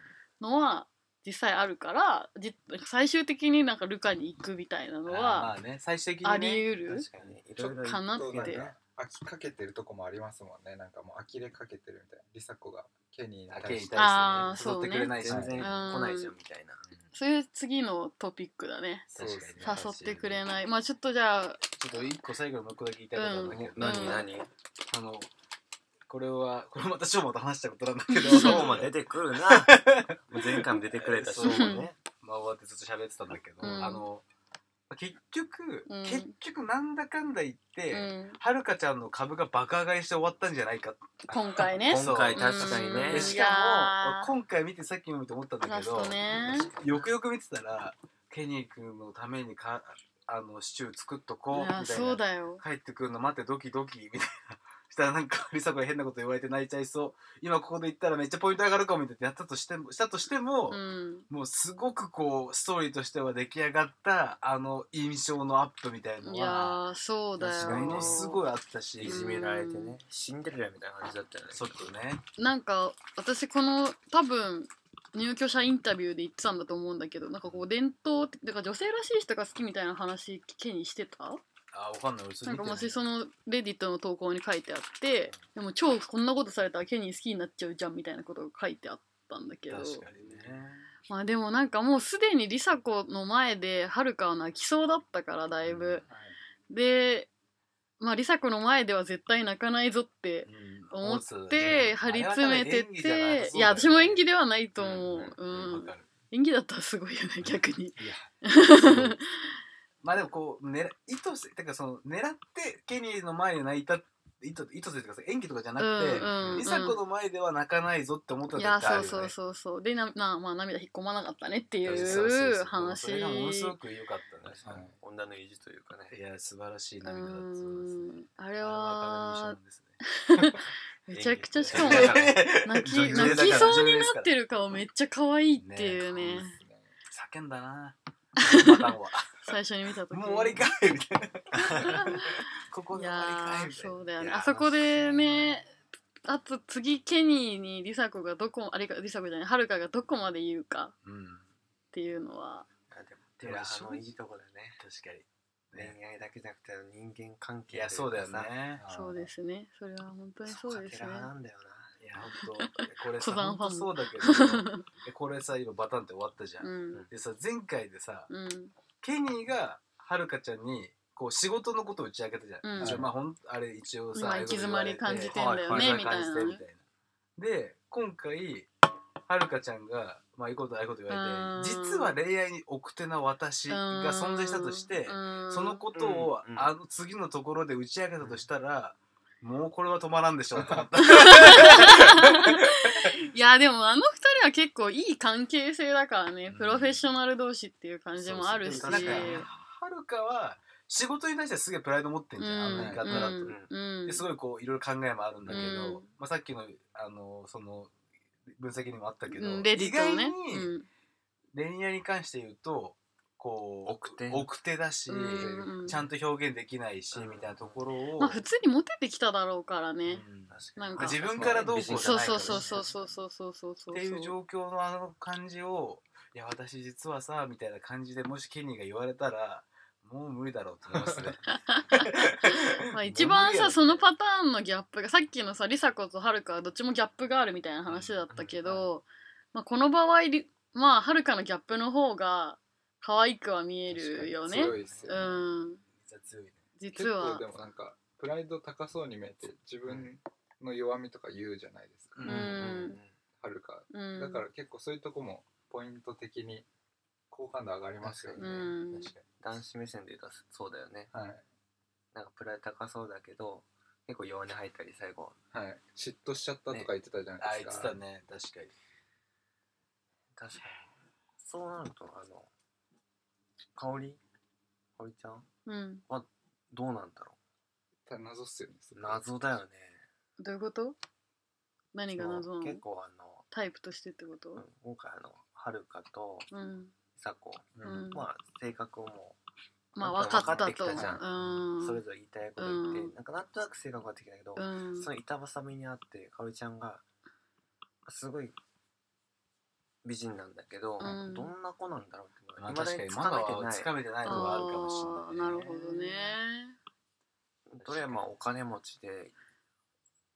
Speaker 1: のは実際あるから、じなんか最終的になんかルカに行くみたいなの
Speaker 2: ま
Speaker 1: は
Speaker 2: あね最終的にね
Speaker 1: あり得る
Speaker 2: 確かに
Speaker 3: いろいろ
Speaker 1: かなっ
Speaker 4: そうだ
Speaker 1: て、
Speaker 4: ね飽きかけてるとこもありますもんねなんかもう呆れかけてるみたいな梨紗子がケニーに
Speaker 2: あ
Speaker 4: 対
Speaker 2: け
Speaker 4: し
Speaker 2: に
Speaker 4: て
Speaker 1: あー
Speaker 2: 対してね
Speaker 1: そう
Speaker 2: 誘っ
Speaker 1: ね
Speaker 2: てくれないし
Speaker 3: 全然来
Speaker 2: ね
Speaker 3: ないじゃんみたいな
Speaker 1: そういう次のトピックだね
Speaker 4: そうですね
Speaker 1: 誘ってくれ
Speaker 2: い
Speaker 1: ないまあちょっとじゃあ
Speaker 2: ちょっと一個最後のもう一個だけ言いたいことあるんだけど
Speaker 1: うん何
Speaker 2: あ
Speaker 3: 何
Speaker 2: のこれはこれまた翔馬と話したことなんだけど
Speaker 3: そうも出てくるなもう前回も出てくれたし
Speaker 2: そう
Speaker 1: ね
Speaker 2: まあ終わってずっと喋ってたんだけど
Speaker 1: うん
Speaker 2: あの結局
Speaker 1: うん
Speaker 2: 結局なんだかんだ言っ
Speaker 1: う
Speaker 2: て
Speaker 1: ん
Speaker 2: はるかちゃんの株が爆上がりして終わったんじゃないかって
Speaker 1: 今回 ね
Speaker 2: そう
Speaker 3: 今回確かに
Speaker 1: うん
Speaker 3: ね
Speaker 2: でしかも今回見てさっきも見て思ったんだ
Speaker 1: ラ
Speaker 2: け
Speaker 1: ス
Speaker 2: ど
Speaker 1: トね
Speaker 2: よくよく見てたらケニー君のためにかあのシチュー作っと
Speaker 1: い
Speaker 2: こうみたい
Speaker 1: や
Speaker 2: な
Speaker 1: そうだよ
Speaker 2: 帰ってくるの待ってドキドキみたいな したらなんか梨紗子が変なこと言われて泣いちゃいそう今ここで言ったらめっちゃポイント上がるかもみたいなやったとしてもしたとしても
Speaker 1: う、ん
Speaker 2: もうすごくこうストーリーとしては出来上がったあの印象のアップみたいの
Speaker 1: い
Speaker 2: は
Speaker 1: やーそうだよ
Speaker 2: ものすごいあったし、
Speaker 3: いじめられてねシンデレラみたいな感じだったよね
Speaker 2: ちょっとね
Speaker 1: なんか私この多分入居者インタビューで言ってたんだと思うんだけどなんかこう伝統ってだから女性らしい人が好きみたいな話ケニーしてた
Speaker 2: あわかんない俺それ
Speaker 1: なん
Speaker 2: 見
Speaker 1: か
Speaker 2: て
Speaker 1: もしそのレディットの投稿に書いてあってでも超こんなことされたらケニー好きになっちゃうじゃんみたいなことが書いてあったんだけど
Speaker 2: 確かにね
Speaker 1: まあでもなんかもうすでに梨紗子の前ではるかは泣きそうだったからだいぶでまあ梨紗子の前では絶対泣かないぞって
Speaker 2: うん
Speaker 1: 思って張り詰めてていや私も演技ではないと思うう、
Speaker 2: うんんわかる
Speaker 1: 演技だったらすごいよね逆に
Speaker 2: いやそうまあでもこう、ね、意図してだからその狙ってケニーの前で泣いた意図意図してというか演技とかじゃなくて、
Speaker 1: うんうん
Speaker 2: 梨紗子の前では泣かないぞって思った
Speaker 1: い
Speaker 2: 時
Speaker 1: や
Speaker 2: ある
Speaker 1: そ
Speaker 2: よ
Speaker 1: う
Speaker 2: ね
Speaker 1: そうそうそうでなな、まあ、涙引っ込まなかったねってい
Speaker 2: そうそうそうう
Speaker 1: 話
Speaker 2: それがものすごく良かったね、
Speaker 4: はい
Speaker 3: 女の意地というかね
Speaker 2: いや素晴らしいう涙だったそうですね
Speaker 1: んあ
Speaker 2: あ
Speaker 1: れはめちゃくちゃしかも
Speaker 3: 演技
Speaker 1: 泣き
Speaker 2: 女優
Speaker 1: 泣
Speaker 2: だから
Speaker 1: きそうになってる顔めっちゃ可愛いっていう
Speaker 4: いい
Speaker 1: ね
Speaker 4: っすね
Speaker 2: 叫んだなパ ターンは
Speaker 1: 最初に見た時
Speaker 2: もう終わりかいみたいなここ
Speaker 1: い
Speaker 2: で終
Speaker 1: や
Speaker 2: わりか
Speaker 1: ー
Speaker 2: いみたいな
Speaker 1: そうだよ
Speaker 2: い
Speaker 1: ね
Speaker 2: やー
Speaker 1: あそこでねあと次ケニーに梨紗子がどこあれか梨紗子じゃないはるかがどこまで言うか
Speaker 2: うん
Speaker 1: っていうのは
Speaker 3: あでもテラハのいいとこだね
Speaker 2: 確かにね
Speaker 3: 恋愛だけじゃなくて人間関
Speaker 2: い
Speaker 3: 係
Speaker 2: やそうだよね
Speaker 1: そうですねそれは本当に
Speaker 3: そ
Speaker 1: そうう
Speaker 3: か
Speaker 1: です
Speaker 3: テ
Speaker 1: ね
Speaker 3: ラハなんだよ
Speaker 2: いや本当こ れさ
Speaker 1: 登山フ
Speaker 2: 本
Speaker 1: ァ
Speaker 2: 当
Speaker 1: ン
Speaker 2: そうだけ どえこれさ今バタンって終わったじゃん、
Speaker 1: うん
Speaker 2: でさ前回でさ
Speaker 1: うん
Speaker 2: ケニーがはるかちゃんにこう仕事のことを打ち明けたじゃん、
Speaker 1: うん
Speaker 2: 一応まあほんあれ一応さ
Speaker 1: 今
Speaker 2: ああいうこと言われて
Speaker 1: 行き詰
Speaker 3: まり感じてんだよね
Speaker 2: はいこうう感じて
Speaker 1: み
Speaker 2: みたいなで今回はるかちゃんがまあいいことああいうこと言われて
Speaker 1: うん
Speaker 2: 実は恋愛に奥手な私が存在したとして
Speaker 1: うん
Speaker 2: そのことを
Speaker 3: うん
Speaker 2: あの次のところで打ち明けたとしたらもうこれは止まらんでしょうと 思った
Speaker 1: いやでもあの二人は結構いい関係性だからね、
Speaker 2: うん
Speaker 1: プロフェッショナル同士っていう感じもあるし
Speaker 2: そうそうでもなんかはるかは仕事に対してすげえプライド持ってんじゃん、
Speaker 1: うん
Speaker 2: あんな言い方だと、
Speaker 1: うん
Speaker 3: な
Speaker 1: うん
Speaker 2: ですごいこういろいろ考えもあるんだけど、
Speaker 1: うん
Speaker 2: まあ、さっきのあのその分析にもあったけど、
Speaker 1: うんレディッ
Speaker 2: 意
Speaker 1: ト
Speaker 2: 外
Speaker 1: を
Speaker 2: に
Speaker 1: ね
Speaker 2: 恋愛に関して言うとこう
Speaker 3: 奥手
Speaker 2: 奥手だし、
Speaker 1: うんうんうん
Speaker 2: ちゃんと表現できないし、
Speaker 3: うん
Speaker 2: みたいなところを、
Speaker 1: まあ普通にモテてきただろうから
Speaker 2: う
Speaker 1: ね、
Speaker 2: んっ
Speaker 1: なん
Speaker 2: か
Speaker 1: か
Speaker 2: 自分からどうこうじゃない
Speaker 1: そう
Speaker 2: か
Speaker 1: そう
Speaker 2: ら
Speaker 1: そうそうそうそうそうそうそう
Speaker 2: ていう状況のあの感じを「いや私実はさ」みたいな感じでもしケニーが言われたらもう無理だろうと思い ますね。
Speaker 1: まあ一番
Speaker 2: 無理や
Speaker 1: さ
Speaker 2: ろ
Speaker 1: そのパターンのギャップがさっきのさ梨紗子とはるかはどっちもギャップがあるみたいな話だったけ
Speaker 2: うんう
Speaker 1: ど、まあ、この場合りまあはるかのギャップの方が可愛くは見えるよね
Speaker 4: 強いっすよ
Speaker 1: う
Speaker 4: ね
Speaker 1: ん
Speaker 2: めっちゃ強いね。
Speaker 1: 実
Speaker 4: 結構
Speaker 1: は
Speaker 4: でもなんかプライド高そうに見えて自分の弱みとか言うじゃないですか、
Speaker 2: うん
Speaker 4: はるか
Speaker 1: うん
Speaker 4: だから結構そういうとこもポイント的に好感度上がりますよね、
Speaker 1: うん
Speaker 3: 確かに男子目線で言うとそうだよね
Speaker 4: はい
Speaker 3: なんかプライド高そうだけど結構弱音入ったり最後
Speaker 4: はい嫉妬しちゃったとか言ってたじゃ
Speaker 2: あ
Speaker 4: ない
Speaker 2: い
Speaker 4: で
Speaker 2: つ
Speaker 4: すか、
Speaker 2: だね確かに。
Speaker 3: 確かにそうなるとあの香り香りちゃん
Speaker 1: うん
Speaker 3: どうなんだろ
Speaker 4: ただ謎っすよね
Speaker 3: う謎だよね
Speaker 1: どういうこと何が謎なの
Speaker 3: 結構あの
Speaker 1: タイプとしてってこ
Speaker 3: うん
Speaker 1: と
Speaker 3: 今回あのはるかと
Speaker 1: うん、
Speaker 3: 梨紗子
Speaker 1: うん
Speaker 3: まあ性格をも
Speaker 1: まあ
Speaker 3: なん
Speaker 1: 分
Speaker 3: か
Speaker 1: かった
Speaker 3: 分
Speaker 1: と
Speaker 3: かってきたじゃん
Speaker 1: うん
Speaker 3: それぞれ言いたいこと言って、
Speaker 1: うん
Speaker 3: なんかなんとなく性格はできたけど、
Speaker 1: うん
Speaker 3: その板挟みにあってかおりちゃんがすごい美人なんだけど、
Speaker 1: うん
Speaker 3: どんな子なんだろうっていうの
Speaker 2: ま
Speaker 3: が
Speaker 2: あ、
Speaker 3: 未だに
Speaker 2: 確かに
Speaker 3: つ
Speaker 2: ま
Speaker 3: か
Speaker 2: だ
Speaker 3: めて
Speaker 2: はつかめてないのがあるかもし
Speaker 1: あー
Speaker 2: れな、
Speaker 1: ないるほどね
Speaker 3: ないどれもお金持ちで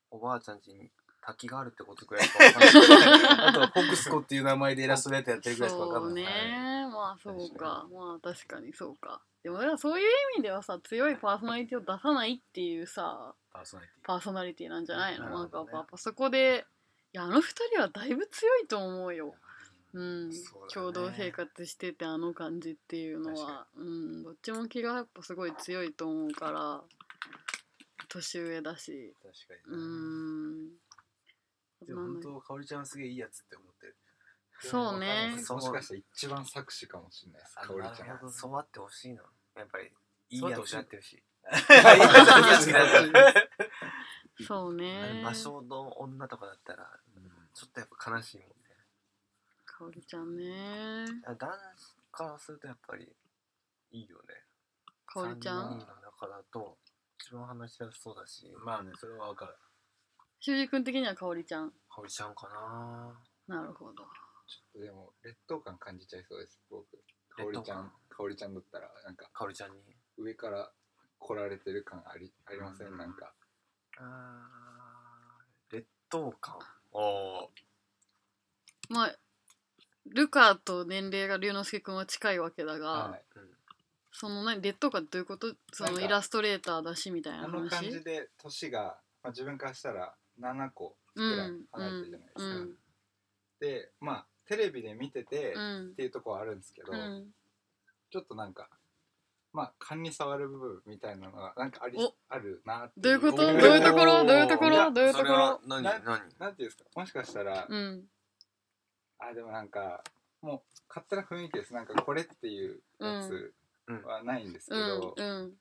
Speaker 3: おばあちゃん家に滝があるってことぐらいしか分かん ない
Speaker 2: あとはフォックスコっていう名前でイラストレーターやってるぐらいしかわか
Speaker 1: そうん
Speaker 2: ない
Speaker 1: ね
Speaker 2: はい
Speaker 1: まあそうか
Speaker 2: 確
Speaker 1: まあ確かにそうかでも俺はそういう意味ではさ強いパーソナリティを出さないっていうさ
Speaker 2: パーソナリティ
Speaker 1: パーソナリティなんじゃないの
Speaker 2: な
Speaker 1: な,、
Speaker 2: るほ
Speaker 1: ん
Speaker 2: ど
Speaker 1: か
Speaker 2: ね
Speaker 1: やっぱそこでいやあの二人はだいぶ強いと思うようん、
Speaker 3: そうだね
Speaker 1: 共同生活しててあの感じっていうの
Speaker 2: 確
Speaker 1: は、うん、どっちも気がやっぱすごい強いと思うから年上だし
Speaker 2: 確か
Speaker 1: う
Speaker 2: に、
Speaker 1: ん
Speaker 2: でも本当かおりちゃんすげえいいやつって思ってる
Speaker 1: そうね
Speaker 4: でもわかんないですもしかしたら一番作詞かもしれないです
Speaker 2: あ
Speaker 4: かおりちゃ
Speaker 2: なる
Speaker 4: ん
Speaker 2: ほど
Speaker 3: そうあってほしいのやっぱりいいやつになってほしい
Speaker 2: いやいいやつ
Speaker 1: そうね
Speaker 3: 魔性の女とかだったらちょっとやっぱ悲しいもんね
Speaker 1: かおりちゃんね
Speaker 3: あ男子からするとやっぱりいいよね
Speaker 1: かおりちゃ
Speaker 3: 3人
Speaker 1: ん
Speaker 3: の中だと一番話しやすそうだし
Speaker 2: まあねそれはわかる
Speaker 1: 修二君的にはかおりちゃん
Speaker 3: かおりちゃんかな
Speaker 1: なるほど
Speaker 4: ちょっとでも劣等感感じちゃいそうです僕かお
Speaker 3: 劣
Speaker 4: り
Speaker 3: 等
Speaker 4: ちゃん
Speaker 3: 感
Speaker 4: かおりちゃんだったらなんか
Speaker 3: かおりちゃんに
Speaker 4: 上から来られてる感ありありませ
Speaker 3: うんん
Speaker 4: なんか
Speaker 3: あー劣等感おー
Speaker 1: まあルカと年齢が龍之介君は近いわけだが、
Speaker 4: はい
Speaker 1: その何劣等感どういうことそ
Speaker 4: なん
Speaker 1: の
Speaker 4: か
Speaker 1: イラストレーターだしみたいな
Speaker 4: あの
Speaker 1: 話
Speaker 4: 感じで年が、まあ、自分からしたら7個
Speaker 1: う
Speaker 4: くらい
Speaker 1: んう
Speaker 4: 離れてる
Speaker 1: ん
Speaker 4: じゃないですか、
Speaker 1: うん
Speaker 4: でまあテレビで見てて、
Speaker 1: う
Speaker 4: っ
Speaker 1: ん
Speaker 4: ていうとこはあるんですけど、
Speaker 1: うん
Speaker 4: ちょっとなんかまあ勘に触る部分みたいなのがなんかあり
Speaker 1: お
Speaker 4: あるなって
Speaker 1: どういうことど
Speaker 3: お
Speaker 1: う
Speaker 3: ー
Speaker 1: いうところどういうとこ
Speaker 4: い
Speaker 1: ろ
Speaker 4: や
Speaker 1: どういうと
Speaker 3: そ
Speaker 1: こ
Speaker 3: れは
Speaker 1: ろ
Speaker 3: 何
Speaker 4: な
Speaker 3: 何
Speaker 4: なんていうんですかもしかしたら、
Speaker 1: うん
Speaker 4: あでもなんかもう勝手な雰囲気ですなんかこれっていうやつはないんですけ
Speaker 1: う
Speaker 4: ど、
Speaker 1: んうん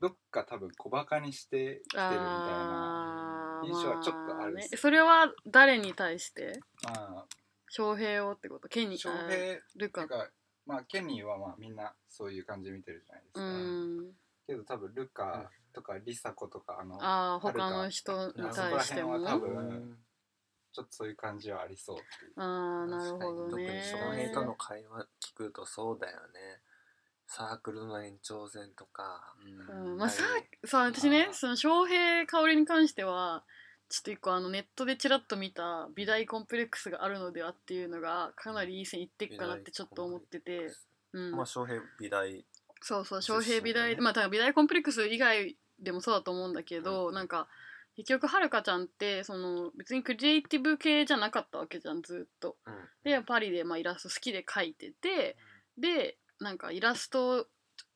Speaker 4: どっか多分小バカにしてきてるみたいな
Speaker 1: あー
Speaker 4: 印象はちょっとあるんですよ
Speaker 1: まねそれは誰に対して
Speaker 4: まあ
Speaker 1: 翔平をってことケニー
Speaker 4: 翔
Speaker 1: あー
Speaker 4: 平
Speaker 1: ル
Speaker 4: な
Speaker 1: カ
Speaker 4: んかまあケニーはまあみんなそういう感じ見てるじゃないです
Speaker 1: う
Speaker 4: か、
Speaker 1: ん
Speaker 4: けど多分ルカとかリサ子とかあの
Speaker 1: ああ
Speaker 4: はるか
Speaker 1: 他の人に対しても
Speaker 4: そこら辺は多
Speaker 1: あ
Speaker 4: 分
Speaker 3: うん
Speaker 4: ちょっとそういう感じはありそうっていう
Speaker 1: あーなるほど
Speaker 3: 特に
Speaker 1: ね
Speaker 3: 翔平との会話聞くとそうだよねサークルの延長戦とか
Speaker 1: うんまあさ
Speaker 3: あれ
Speaker 1: さあ私ね
Speaker 4: あー
Speaker 1: その翔平香織に関してはちょっと一個あのネットでちらっと見た美大コンプレックスがあるのではっていうのがかなりいい線いってっかなってちょっと思ってて、うん
Speaker 3: まあ翔平美大
Speaker 1: そうそう
Speaker 3: 実際
Speaker 1: 翔平美大、
Speaker 3: ね
Speaker 1: まあだから美大コンプレックス以外でもそうだと思うんだけど、
Speaker 3: うん
Speaker 1: なんか結局はるかちゃんってその別にクリエイティブ系じゃなかったわけじゃんずっと。
Speaker 3: うん
Speaker 1: でパリでまあイラスト好きで描いててでなんかイラスト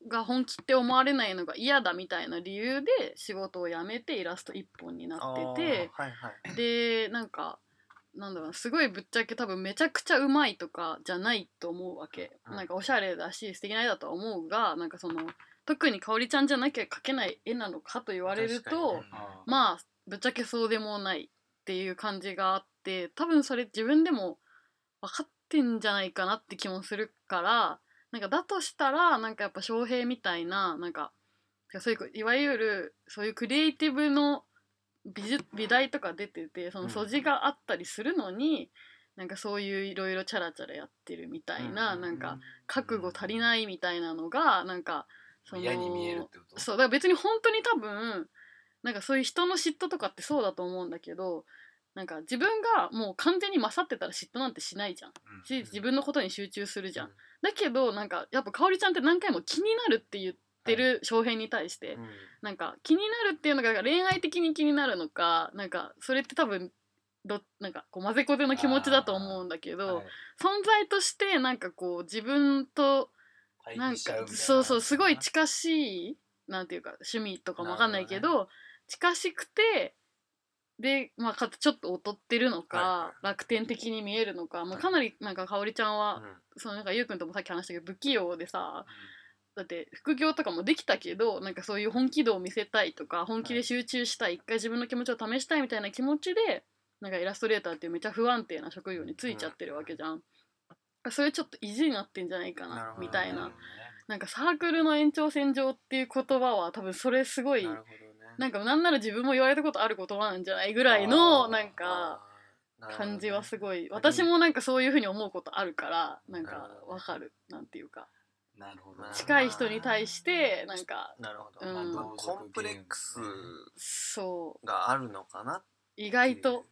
Speaker 1: が本気って思われないのが嫌だみたいな理由で仕事を辞めてイラスト一本になってて。
Speaker 3: あーはいはい
Speaker 1: でなんかなんだろうなすごいぶっちゃけ多分めちゃくちゃうまいとかじゃないと思うわけ、
Speaker 3: うん
Speaker 1: なんかおしゃれだし素敵な絵だとは思うがなんかその特に香織ちゃんじゃなきゃ描けない絵なのかと言われる
Speaker 3: 確か
Speaker 1: と、
Speaker 3: にね
Speaker 2: あー
Speaker 1: まあぶっちゃけそうでもないっていう感じがあって多分それ自分でも分かってんじゃないかなって気もするからなんかだとしたらなんかやっぱ翔平みたいななんかそういういわゆるそういうクリエイティブの美術美大とか出ててその素地があったりするのに、なんかそういういろいろチャラチャラやってるみたいな、
Speaker 3: う
Speaker 1: なんか覚悟足りないみたいなのがなんかその
Speaker 2: 嫌に見えるってこと
Speaker 1: そうだから別に本当に多分なんかそういう人の嫉妬とかってそうだと思うんだけどなんか自分がもう完全に勝ってたら嫉妬なんてしないじゃん
Speaker 2: うん
Speaker 1: し自分のことに集中するじゃん、
Speaker 3: うん
Speaker 1: だけどなんかやっぱ香織ちゃんって何回も気になるって言ってる翔平に対して、
Speaker 3: うん
Speaker 1: なんか気になるっていうのがなんか恋愛的に気になるのかなんかそれって多分どなんかこう混ぜこぜの気持ちだと思うんだけど、
Speaker 4: はい
Speaker 1: 存在としてなんかこう自分と
Speaker 2: 対
Speaker 1: なん
Speaker 2: 比しちゃうみたい
Speaker 1: か
Speaker 2: な
Speaker 1: そうそうすごい近しいなんていうか趣味とかもわかんないけど近しくてで、まあ、かつちょっと劣ってるのか、
Speaker 3: は
Speaker 1: 楽天的に見えるのか、もう
Speaker 3: はい
Speaker 1: かなりなんか香織ちゃんは、
Speaker 3: うん
Speaker 1: そのなんかゆうくんともさっき話したけど不器用でさだって副業とかもできたけどなんかそういう本気度を見せたいとか本気で集中したい、一回自分の気持ちを試したいみたいな気持ちでなんかイラストレーターっていうめちゃ不安定な職業に就いちゃってるわけじゃん。それちょっと意地になってんじゃないか
Speaker 3: なる
Speaker 1: な
Speaker 3: ほど
Speaker 1: みたい
Speaker 2: うん
Speaker 1: な
Speaker 2: ね
Speaker 1: なんかサークルの延長線上っていう言葉は多分それすごい
Speaker 3: なるほどね
Speaker 1: なんかなんなら自分も言われたことある言葉なんじゃないぐらいの
Speaker 2: あー
Speaker 1: なんか
Speaker 3: あーなるほどね
Speaker 1: 感じはすごい
Speaker 3: ど
Speaker 1: 私もなんかそういうふうに思うことあるからなん
Speaker 3: なる
Speaker 1: か
Speaker 3: ほどね
Speaker 1: わかるなんていうか
Speaker 2: なるほど
Speaker 3: まあ
Speaker 1: 近い人に対してなんか
Speaker 3: なるほ
Speaker 1: う
Speaker 3: ど、
Speaker 1: ん
Speaker 3: まあ
Speaker 1: まあ
Speaker 3: コンプレックス
Speaker 1: そう
Speaker 3: があるのかな
Speaker 1: 意
Speaker 3: ってい
Speaker 1: 外
Speaker 3: う
Speaker 1: と
Speaker 2: うん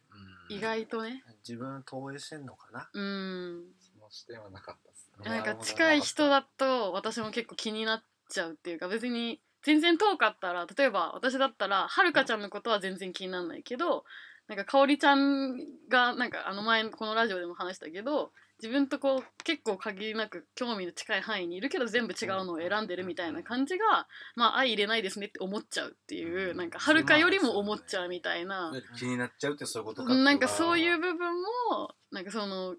Speaker 1: 意外とね
Speaker 3: 自分を投影してんのかな
Speaker 1: うん
Speaker 4: その視点はなかったです
Speaker 3: な
Speaker 1: なん
Speaker 3: る
Speaker 1: か
Speaker 3: ほど
Speaker 1: 近い人だと私も結構気になっちゃうっていうか別に全然遠かったら例えば私だったらはるかちゃんのことは全然気にならないけどなんかかおりちゃんがなんかあの前このラジオでも話したけど自分とこう結構限りなく興味の近い範囲にいるけど全部違うのを選んでるみたいな感じがまあ相入れないですねって思っちゃうっていうなんかはるかよりも思っちゃうみたいな。
Speaker 2: いわゆる気になっちゃうってそういうことかって
Speaker 1: なんかそういう
Speaker 2: う
Speaker 1: 部分もなんかその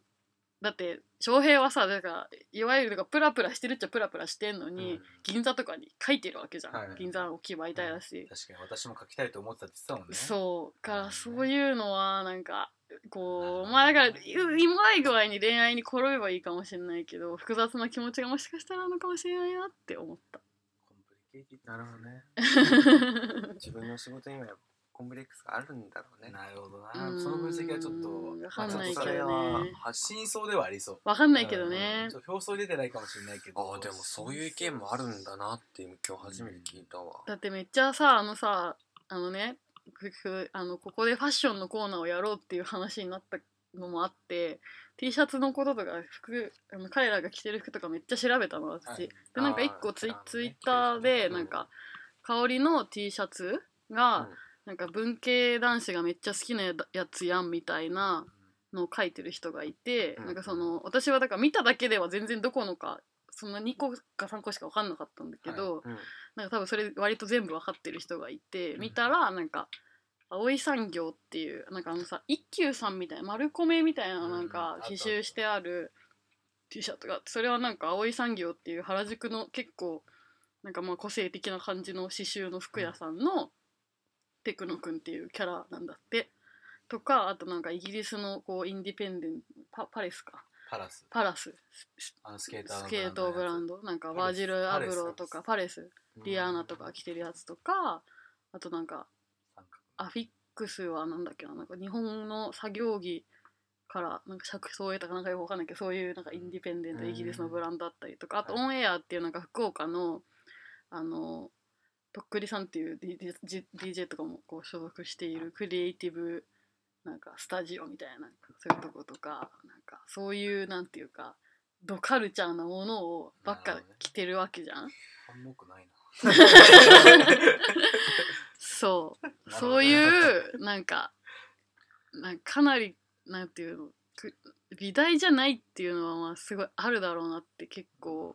Speaker 1: だって翔平はさだからいわゆるだからプラプラしてるっちゃプラプラしてんのに、
Speaker 3: うん
Speaker 1: 銀座とかに書いてるわけじゃん、
Speaker 4: はい
Speaker 1: 銀座の置き場いたいだし、
Speaker 2: 確かに私も書きたいと思ってたって言ってたもんね
Speaker 1: そうか
Speaker 2: う
Speaker 1: ら
Speaker 2: ん
Speaker 1: そういうのはなんかこう
Speaker 2: うん
Speaker 1: まあだからううまい具合に恋愛に転べばいいかもしれないけど複雑な気持ちがもしかしたらあるのかもしれないなって思った
Speaker 2: コンプリケイティブ
Speaker 3: なるほどね自分の仕事にはコンプレックスがあるんだろうね。
Speaker 2: なるほどな
Speaker 1: う。ん
Speaker 2: その分析はちょっと、
Speaker 1: わかんない
Speaker 3: ちょっと
Speaker 1: け
Speaker 3: それ
Speaker 1: ど
Speaker 3: は
Speaker 1: ね。
Speaker 3: 発信
Speaker 2: 真相ではありそう。
Speaker 1: わかんないけどね
Speaker 2: ち。ょっと表層に出てないかもしれないけど。
Speaker 3: ああでもそういう意見もあるんだなって今今日初めて聞いたわ。
Speaker 1: だってめっちゃさあのさあのねふふあのここでファッションのコーナーをやろうっていう話になったのもあって T シャツのこととか服あの彼らが着てる服とかめっちゃ調べたの私、
Speaker 4: はい
Speaker 1: でなんか
Speaker 3: あー
Speaker 1: 一個ツイ,、
Speaker 3: あのね
Speaker 1: ツイッターで
Speaker 3: うん
Speaker 1: なんか香りの T シャツが、
Speaker 3: うん
Speaker 1: なんか文系男子がめっちゃ好きなややつやんみたいなのを書いてる人がいて、
Speaker 3: うん
Speaker 1: なんかその私はだから見ただけでは全然どこのかそんな2個か3個しか分かんなかったんだけど、
Speaker 3: うん
Speaker 1: なんか多分それ割と全部わかってる人がいて見たらなんか葵産業っていうなんかあのさ一休さんみたいな丸米みたいななん
Speaker 2: うんあ
Speaker 1: か
Speaker 2: った
Speaker 1: 刺繍してある T シャツがあってそれはなんか葵産業っていう原宿の結構なんかまあ個性的な感じの刺繍の服屋さんのテクノくんっていうキャラなんだってとかあとなんかイギリスのこうインディペンデンパパレスか
Speaker 2: パラス。
Speaker 1: パラス
Speaker 2: あのスケーター
Speaker 1: スケートブラン
Speaker 2: ド
Speaker 1: ドなんか
Speaker 2: パレス
Speaker 1: バージル・アブローとかパレスリアーナとか着てるやつとかあとなんか
Speaker 2: のやつ。
Speaker 1: アフィックスはなんだっけななんか日本の作業着からなんか着想を得たかなんかよくわかんないけどそういうなんかインディペンデント
Speaker 3: うん
Speaker 1: イギリスのブランドだったりとかあと
Speaker 2: はい
Speaker 1: オンエアっていうなんか福岡のあのとっくりさんっていう DJ, DJ とかもこう所属しているクリエイティブなんかスタジオみたいなそういうとことかなんかそういうなんていうかドカルチャーなものをばっか着てるわけじゃん。
Speaker 2: あんま多くないな。
Speaker 1: そう
Speaker 2: なるほど
Speaker 1: そういうなんかなんかかなりなんていうのく美大じゃないっていうのはまあすごいあるだろうなって結構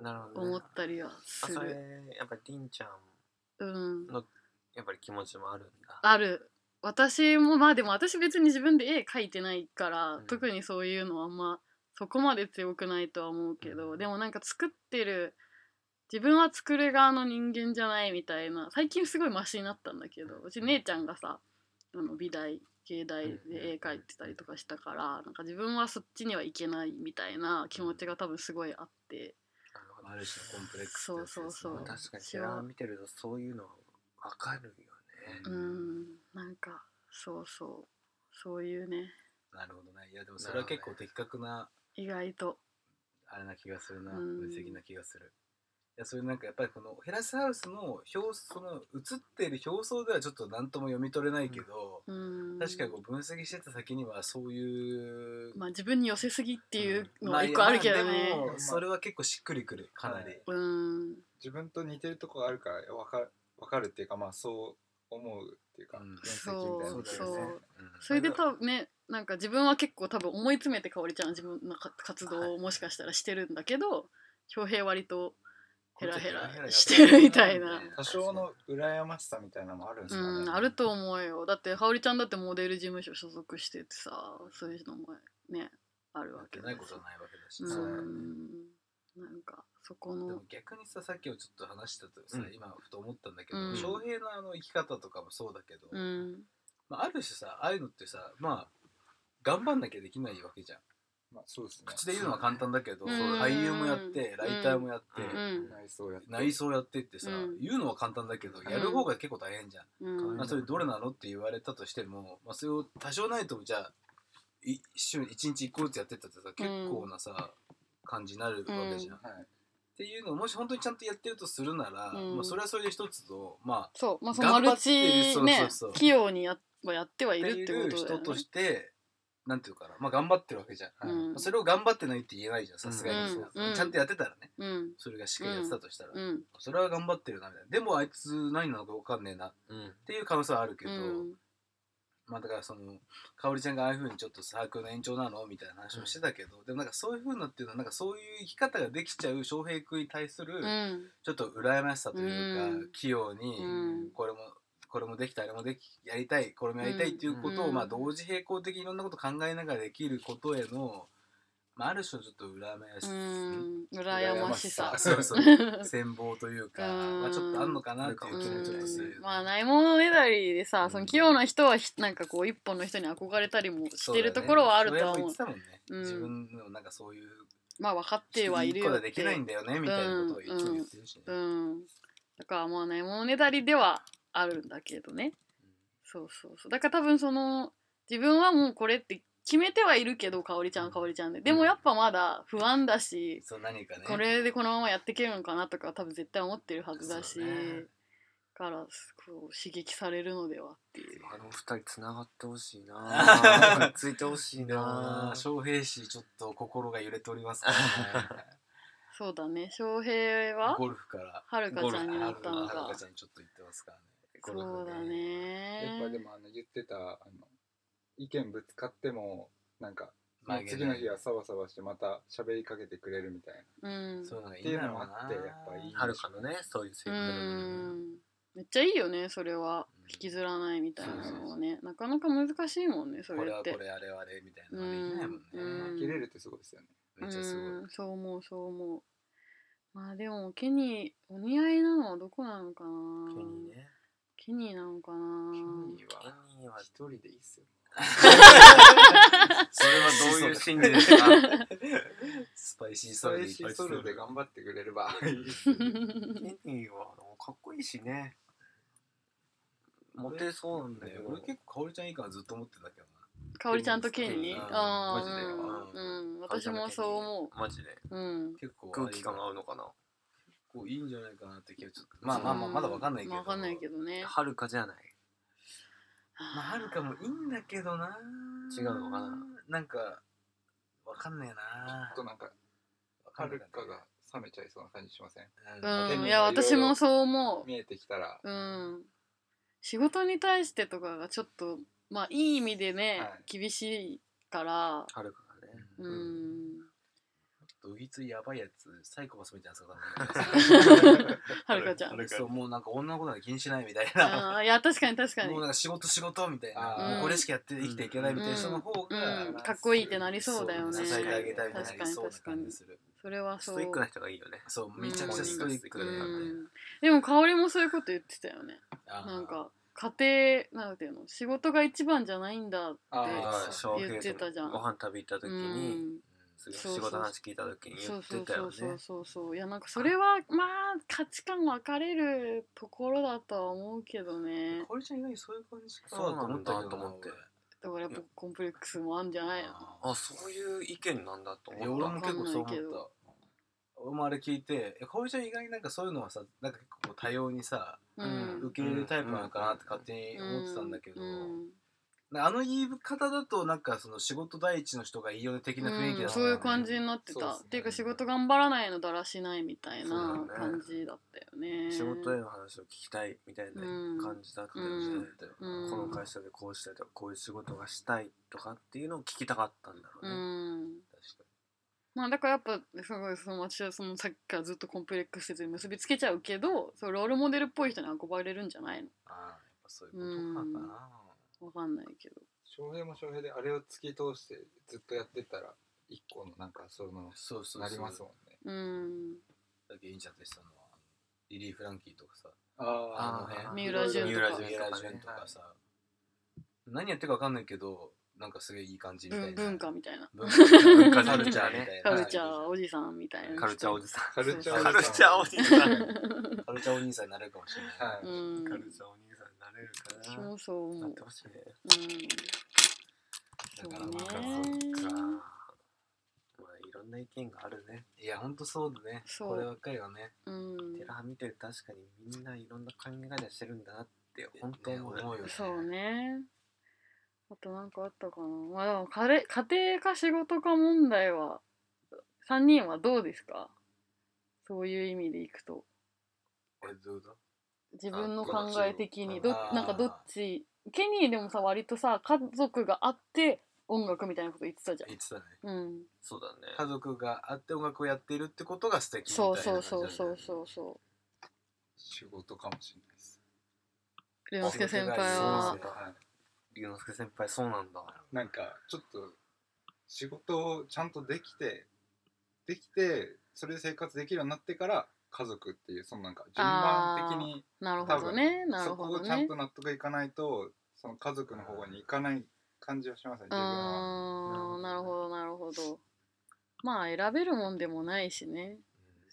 Speaker 3: なるほどね
Speaker 1: 思ったりは
Speaker 3: あ
Speaker 1: す
Speaker 3: それ
Speaker 1: る、
Speaker 3: やっぱりりんちゃん
Speaker 1: うん、
Speaker 3: のやっぱり気持ちもあるんだ。
Speaker 1: ある私もまあでも私別に自分で絵描いてないから、
Speaker 3: うん
Speaker 1: 特にそういうのはあんまそこまで強くないとは思うけど、
Speaker 3: うん
Speaker 1: でもなんか作ってる自分は作る側の人間じゃないみたいな最近すごいマシになったんだけどうち姉ちゃんがさあの美大芸大で絵描いてたりとかしたからなんか自分はそっちにはいけないみたいな気持ちが多分すごいあって
Speaker 3: なるほど
Speaker 2: ある種のコンプレックスってやつですね。
Speaker 1: そうそうそう
Speaker 3: まあ確かにそれは見てるとそういうのわかるよね。
Speaker 1: う
Speaker 2: うん
Speaker 1: んなんかそうそうそういうね
Speaker 2: なるほどね。いやでもそれは結構的確な
Speaker 1: 意外と
Speaker 2: あれな気がするな、
Speaker 1: うん
Speaker 2: 分析な気がする。いやそれなんかやっぱりこのヘラスハウスの表その映っている表層ではちょっと何とも読み取れないけど、
Speaker 1: うん
Speaker 2: 確かにこう分析してた先にはそういう、
Speaker 1: まあ自分に寄せすぎっていうの
Speaker 2: ま
Speaker 1: は一個あるけどね
Speaker 2: で。もそれは結構しっくりくるかなり。
Speaker 1: うん。
Speaker 4: 自分と似てるとこがあるから分かる分かるっていうかまあそう思うっていうか、
Speaker 2: う
Speaker 4: 分
Speaker 2: ん
Speaker 4: 析みたいなのです
Speaker 1: そう
Speaker 4: ね
Speaker 1: そう
Speaker 2: うん
Speaker 1: それで多分ね、なんか自分は結構多分思い詰めて香織ちゃんは自分のか活動をもしかしたらしてるんだけど、翔平割とヘラヘラしてるみたいな。
Speaker 4: 多少の羨ましさみたいなのもあるんです
Speaker 1: う
Speaker 4: かね、
Speaker 1: ん、あると思うよ。だって香織ちゃんだってモデル事務所所属しててさ、そういうのもね、あるわ
Speaker 2: わ
Speaker 1: け
Speaker 2: け
Speaker 1: だ
Speaker 2: な
Speaker 1: し
Speaker 2: いことはないわけだし、
Speaker 1: う
Speaker 4: そだよね
Speaker 1: ん。なんかそこ
Speaker 2: でも
Speaker 1: の、
Speaker 2: 逆にささっきもちょっと話したとさ、
Speaker 3: うん
Speaker 2: 今ふと思ったんだけど、
Speaker 1: うん
Speaker 2: 翔平のあの生き方とかもそうだけど、
Speaker 1: うん、
Speaker 2: まあ、ある種さああいうのってさまあ頑張んなきゃできないわけじゃん
Speaker 4: まあ、そうですね
Speaker 2: 口で言うのは簡単だけど、
Speaker 1: うん
Speaker 2: そう俳優もやって
Speaker 1: うん
Speaker 2: ライターもやって、
Speaker 1: うん
Speaker 4: 内装やって
Speaker 2: 内装やってってさ、
Speaker 1: うん
Speaker 2: 言うのは簡単だけどやる方が結構大変じゃん、
Speaker 1: うん
Speaker 2: まあ、それどれなのって言われたとしても、まあ、それを多少ないとじゃあい週1日1個ずつやってったってさ結構なさ、感じになるわけじゃん、っ
Speaker 4: はい
Speaker 2: ていうのをもし本当にちゃんとやってるとするなら、
Speaker 1: うん
Speaker 2: まあ、それはそれで一つとまあ
Speaker 1: そう、まあ、そのマルチね
Speaker 2: 頑張ってるそうそうそう
Speaker 1: 器用にやはやっては
Speaker 2: っ
Speaker 1: い
Speaker 2: て
Speaker 1: るって
Speaker 2: い
Speaker 1: こ
Speaker 2: う
Speaker 1: とだ
Speaker 2: 人
Speaker 1: よね
Speaker 2: としてなんていうかな、まあ、頑張ってるわけじゃん、
Speaker 4: はい
Speaker 1: うん
Speaker 2: まあそれを頑張ってないって言えないじゃんさすがにさ、
Speaker 1: うん
Speaker 2: ちゃんとやってたらね
Speaker 1: うん
Speaker 2: それがしっかりやってたとしたら、
Speaker 1: うん
Speaker 2: それは頑張ってるなみたいなでもあいつ何なのか分かんねえなっ
Speaker 3: うん。
Speaker 2: ていう可能性はあるけ
Speaker 1: う
Speaker 2: ど、
Speaker 1: ん
Speaker 2: まあだからそのかおりちゃんがああいうふうにちょっとサークルの延長なのみたいな話をしてたけど、でもなんかそういうふうなっていうのはなんかそういう生き方ができちゃう翔平君に対する
Speaker 1: うん
Speaker 2: ちょっと羨ましさというか、
Speaker 1: うん
Speaker 2: 器用に
Speaker 1: うん
Speaker 2: これもこれもできたあれもできやりたいこれもやりたいっていうことを、
Speaker 1: うん
Speaker 2: まあ同時並行的にいろんなこと考えながらできることへの、まあ、ある種のちょっと羨まし
Speaker 1: う
Speaker 2: さ、
Speaker 1: ん羨ましさ
Speaker 4: 羨ましさ
Speaker 2: そうそう
Speaker 1: う
Speaker 2: 羨望というか、
Speaker 1: うん
Speaker 2: まあ、ちょっとあんのかなっていう気もちょっとするよね
Speaker 1: んまあないものねだりでさその器用な人はひなんかこう一本の人に憧れたりもしてるところはあるとは思う
Speaker 2: そだよねそれも言ってたもんね、自分のなんかそういう
Speaker 1: まあ分かってはいるよ
Speaker 2: いい子
Speaker 1: って
Speaker 2: でできないんだよねみたいなことをいつも言ってるしね、
Speaker 1: うんだからまあないものねだりではあるんだけどねそうそうそうだから多分その自分はもうこれって決めてはいるけどかおりちゃんはかおりちゃんででもやっぱまだ不安だし、
Speaker 2: そう何かね
Speaker 1: これでこのままやっていけるのかなとか多分絶対思ってるはずだし、
Speaker 2: そうね
Speaker 1: からこう刺激されるのではっていう
Speaker 3: あの二人つながってほしいな くっついてほしい
Speaker 2: でもな
Speaker 3: な
Speaker 2: 翔平氏ちょっと心が揺れておりますからね
Speaker 1: そうだね翔平 は
Speaker 2: ゴルフから
Speaker 1: はるか
Speaker 2: ゴ
Speaker 1: ち
Speaker 2: ル
Speaker 1: ゃ
Speaker 2: フ
Speaker 1: んになったの
Speaker 2: はる
Speaker 1: か
Speaker 2: かちゃんにちょっと言ってますからねゴル
Speaker 1: そう
Speaker 2: フ
Speaker 1: だ
Speaker 4: やっぱで
Speaker 1: ね
Speaker 4: もあの言ってたあの意見ぶつかってもなんか
Speaker 2: 曲げない
Speaker 4: 次の日はサバサバしてまた喋りかけてくれるみたいな
Speaker 1: うん
Speaker 2: そういうのがい
Speaker 4: って
Speaker 2: い
Speaker 4: い
Speaker 2: ん
Speaker 4: う
Speaker 2: だ
Speaker 4: の
Speaker 2: ろう
Speaker 4: も
Speaker 2: な
Speaker 4: あってやっぱいい
Speaker 3: はるかのねそういう性
Speaker 1: う
Speaker 3: 格
Speaker 1: んめっちゃいいよねそれは
Speaker 2: うん
Speaker 1: 引きずらないみたいなのはねなかなか難しいもんねそ
Speaker 2: こ
Speaker 1: れ
Speaker 2: れ
Speaker 1: っ
Speaker 2: は
Speaker 1: て
Speaker 2: これあれはあれみたいなのができないもんね
Speaker 1: うん
Speaker 4: 切れるってすごいですよね
Speaker 2: めっちゃすごい、
Speaker 1: うんそう思うそう思うまあでもケニーお似合いなのはどこなのかな
Speaker 3: ケニーね
Speaker 1: ケニーなのかな
Speaker 4: ケニ
Speaker 3: ケ
Speaker 4: ーは
Speaker 3: ニーは
Speaker 4: 一人でいいっすよ
Speaker 3: それはどういう心理ですか
Speaker 2: スパイシーソ
Speaker 4: そ
Speaker 2: ル
Speaker 4: れ
Speaker 2: でいっ
Speaker 4: し
Speaker 2: ぱい
Speaker 4: ソ
Speaker 2: 包
Speaker 4: ル
Speaker 2: む
Speaker 4: で頑張ってくれればいい
Speaker 3: ケニーはあのかっこいいしねモテそうなんだ
Speaker 2: ね
Speaker 3: けど
Speaker 2: 俺結構香りちゃんいいからずっと思ってたけど
Speaker 1: かおりちゃんとケニ
Speaker 3: ケニ
Speaker 1: ー
Speaker 3: ー
Speaker 1: あ
Speaker 3: マジで
Speaker 1: あうん、うん、私もそう思
Speaker 3: マジで
Speaker 1: ううん
Speaker 2: な結構
Speaker 3: 空気感合うのかな
Speaker 2: こういいんじゃないかなって気がちょっとまあまあまあまだわかんないけど
Speaker 1: わかんないけどね
Speaker 3: はるかじゃない
Speaker 2: まあはるかもいいんだけどな
Speaker 3: 違うのかな
Speaker 2: なんかわかんねえ
Speaker 4: あ
Speaker 2: な
Speaker 4: となんか
Speaker 2: わ
Speaker 4: は
Speaker 2: んない
Speaker 4: るかが冷めちゃいそうな感じしません
Speaker 2: うん
Speaker 1: うん
Speaker 4: うん
Speaker 1: いや私もそう思
Speaker 4: 見えてきたら
Speaker 1: ううん仕事に対してとかがちょっとまあいい意味でね、
Speaker 4: はい
Speaker 1: 厳しいから
Speaker 3: はるかがね
Speaker 1: うん、
Speaker 2: どぎついやばいやつサイコパスみたいな姿
Speaker 1: はるかちゃん
Speaker 2: なん かそうもうなんか女の子なんか気にしないみたいな
Speaker 1: あーいや確かに確かに
Speaker 2: もうなんか仕事仕事みたいな
Speaker 4: あ
Speaker 1: ー
Speaker 2: もうこれしかやって生きていけないみたいな人の方が、
Speaker 1: うん
Speaker 2: なん
Speaker 1: かっこいいってなり
Speaker 2: そ
Speaker 1: そううだよね
Speaker 2: 支えてあげたいみたいな
Speaker 1: 確
Speaker 2: な
Speaker 1: か
Speaker 2: り
Speaker 1: に
Speaker 2: そうな
Speaker 1: 確か
Speaker 2: 感
Speaker 1: に
Speaker 2: じする
Speaker 1: それは
Speaker 3: ス
Speaker 1: そ
Speaker 3: ト
Speaker 1: う
Speaker 3: イックな人がいいよね
Speaker 2: そうめちゃくちゃストイック
Speaker 1: う
Speaker 2: だよね
Speaker 1: ん、でも香りもそういうこと言ってたよね
Speaker 2: あー
Speaker 1: なんか家庭なんていうの仕事が一番じゃないんだって
Speaker 4: あ
Speaker 3: あ
Speaker 4: ー
Speaker 3: ー翔平
Speaker 1: 言
Speaker 3: と
Speaker 1: ってたじゃん
Speaker 3: ご飯食べ行った
Speaker 1: う
Speaker 3: 時に
Speaker 1: ん
Speaker 3: すごい仕事の話聞いた時に
Speaker 1: そ
Speaker 3: 言
Speaker 1: う
Speaker 3: っ
Speaker 1: そ
Speaker 3: て
Speaker 1: う
Speaker 3: た
Speaker 1: そ
Speaker 3: よ
Speaker 1: うそう
Speaker 3: ね
Speaker 1: そうそういやなんかそれはまあ価値観分かれるところだとは思うけどね
Speaker 2: かおりちゃん意外にそういう感じか
Speaker 3: そうなんだ
Speaker 2: と
Speaker 3: と
Speaker 2: 思
Speaker 3: 思
Speaker 2: っ
Speaker 3: ったて
Speaker 2: けど
Speaker 1: だからやっぱコンプレックスもあんじゃないの
Speaker 2: な
Speaker 3: あそういう意見なんだと
Speaker 2: いや俺
Speaker 3: 思っ
Speaker 2: も結構そう思った俺もあれ聞いてえかおりちゃん意外になんかそういうのはさなんか結構多様にさ
Speaker 1: う
Speaker 3: うん
Speaker 1: ん
Speaker 2: 受け入れるタイプなのかなって勝手に思ってたんだけど、
Speaker 1: うん
Speaker 2: なんかあの言い方だとなんかその仕事第一の人がいいよね的な雰囲
Speaker 1: うん
Speaker 2: 気だった
Speaker 1: そ
Speaker 2: よ
Speaker 1: う
Speaker 2: ね
Speaker 1: いう感じになって
Speaker 4: そう
Speaker 1: た
Speaker 4: っすね
Speaker 1: っていうか仕事頑張らないのだらしないみたい
Speaker 3: そうだ
Speaker 1: な
Speaker 3: ね
Speaker 1: 感じだったよね
Speaker 3: た仕事への話を聞きたいみたいな
Speaker 1: うん
Speaker 3: 感じだったよ
Speaker 1: う
Speaker 3: ね
Speaker 1: ん
Speaker 2: だよ
Speaker 1: う
Speaker 2: な、
Speaker 1: ん
Speaker 3: この会社でこうしたいとかこういう仕事がしたいとかっていうのを聞きたかったんだろ
Speaker 1: う
Speaker 3: うね
Speaker 1: ん
Speaker 2: 確か
Speaker 1: まあだからやっぱすごいその私はそのさっきからずっとコンプレックス説に結びつけちゃうけどそうロールモデルっぽい人に憧れるんじゃないの
Speaker 2: ああやっぱそういうことかな、
Speaker 1: わかんないけど
Speaker 4: 翔平も翔平であれを突き通してずっとやってたら一個のなんかその
Speaker 2: そうそうそう
Speaker 4: なりますもんね
Speaker 1: うん
Speaker 2: さっきインチャってしたのはリリー・フランキーとかさ
Speaker 4: あ
Speaker 2: あのね
Speaker 1: 三浦
Speaker 3: 三
Speaker 1: 淳と
Speaker 3: 浦
Speaker 1: か
Speaker 3: 淳
Speaker 2: ゲラジュンとかさ、何やってるか分かんないけどなんかすげえいい感じみたいな
Speaker 1: 文文化みたいな
Speaker 2: 文化
Speaker 3: 文化
Speaker 2: カルチャーみたいな
Speaker 1: カルチャーおじさんみたいな
Speaker 3: カルチャーおじさん
Speaker 4: カルチャー
Speaker 3: カルチャーおじさん
Speaker 2: カルチャーお兄さんになれるかもしれない、
Speaker 4: はい
Speaker 1: うん
Speaker 3: カルチャーお兄さんになれるか
Speaker 1: 私
Speaker 3: な
Speaker 1: もそう
Speaker 3: な
Speaker 1: 思
Speaker 3: っ
Speaker 1: う
Speaker 3: てほしいね
Speaker 1: うん
Speaker 2: だから
Speaker 1: そうね
Speaker 2: まあ
Speaker 3: そっかまあいろんな意見があるね
Speaker 2: いやほんとそうだね
Speaker 1: そう
Speaker 2: こればっかりはね
Speaker 1: うん
Speaker 3: テラハ見てると確かにみんないろんな考え方してるんだなって本当
Speaker 2: ね
Speaker 3: 思う
Speaker 2: 思うよ
Speaker 1: そうね。あとなんかあったかな。まあでも家れ家庭か仕事か問題は、3人はどうですかそういう意味でいくと。
Speaker 2: えどうだ
Speaker 1: 自分の考え的に、
Speaker 3: あ
Speaker 1: ど、
Speaker 2: あー
Speaker 1: なんかどっち、ケニーでもさ、割とさ、家族があって音楽みたいなこと言ってたじゃん。
Speaker 2: 言ってたね
Speaker 1: うん。
Speaker 3: そうだね
Speaker 2: 家族があって音楽をやっているってことが素敵みたい
Speaker 1: そ
Speaker 2: な
Speaker 1: う
Speaker 2: 感じだ
Speaker 1: そ
Speaker 2: ね
Speaker 1: うそうそうそうそ
Speaker 4: 仕事かもしれないです
Speaker 1: う。龍之介先輩
Speaker 3: あ
Speaker 1: は
Speaker 3: そう。
Speaker 4: はい
Speaker 3: 龍之介先輩そうなんだ
Speaker 4: なんかちょっと仕事をちゃんとできてできてそれで生活できるようになってから家族っていうそのなんか順番的に
Speaker 1: なるほどね。なる
Speaker 4: そ
Speaker 1: ほ
Speaker 4: こを
Speaker 1: ど
Speaker 4: ちゃん
Speaker 1: ね。
Speaker 4: と納得いかないとその家族の方に行かない感じはしますね自分は。
Speaker 1: あーなるほどなるほどまあ選べるもんでもないしね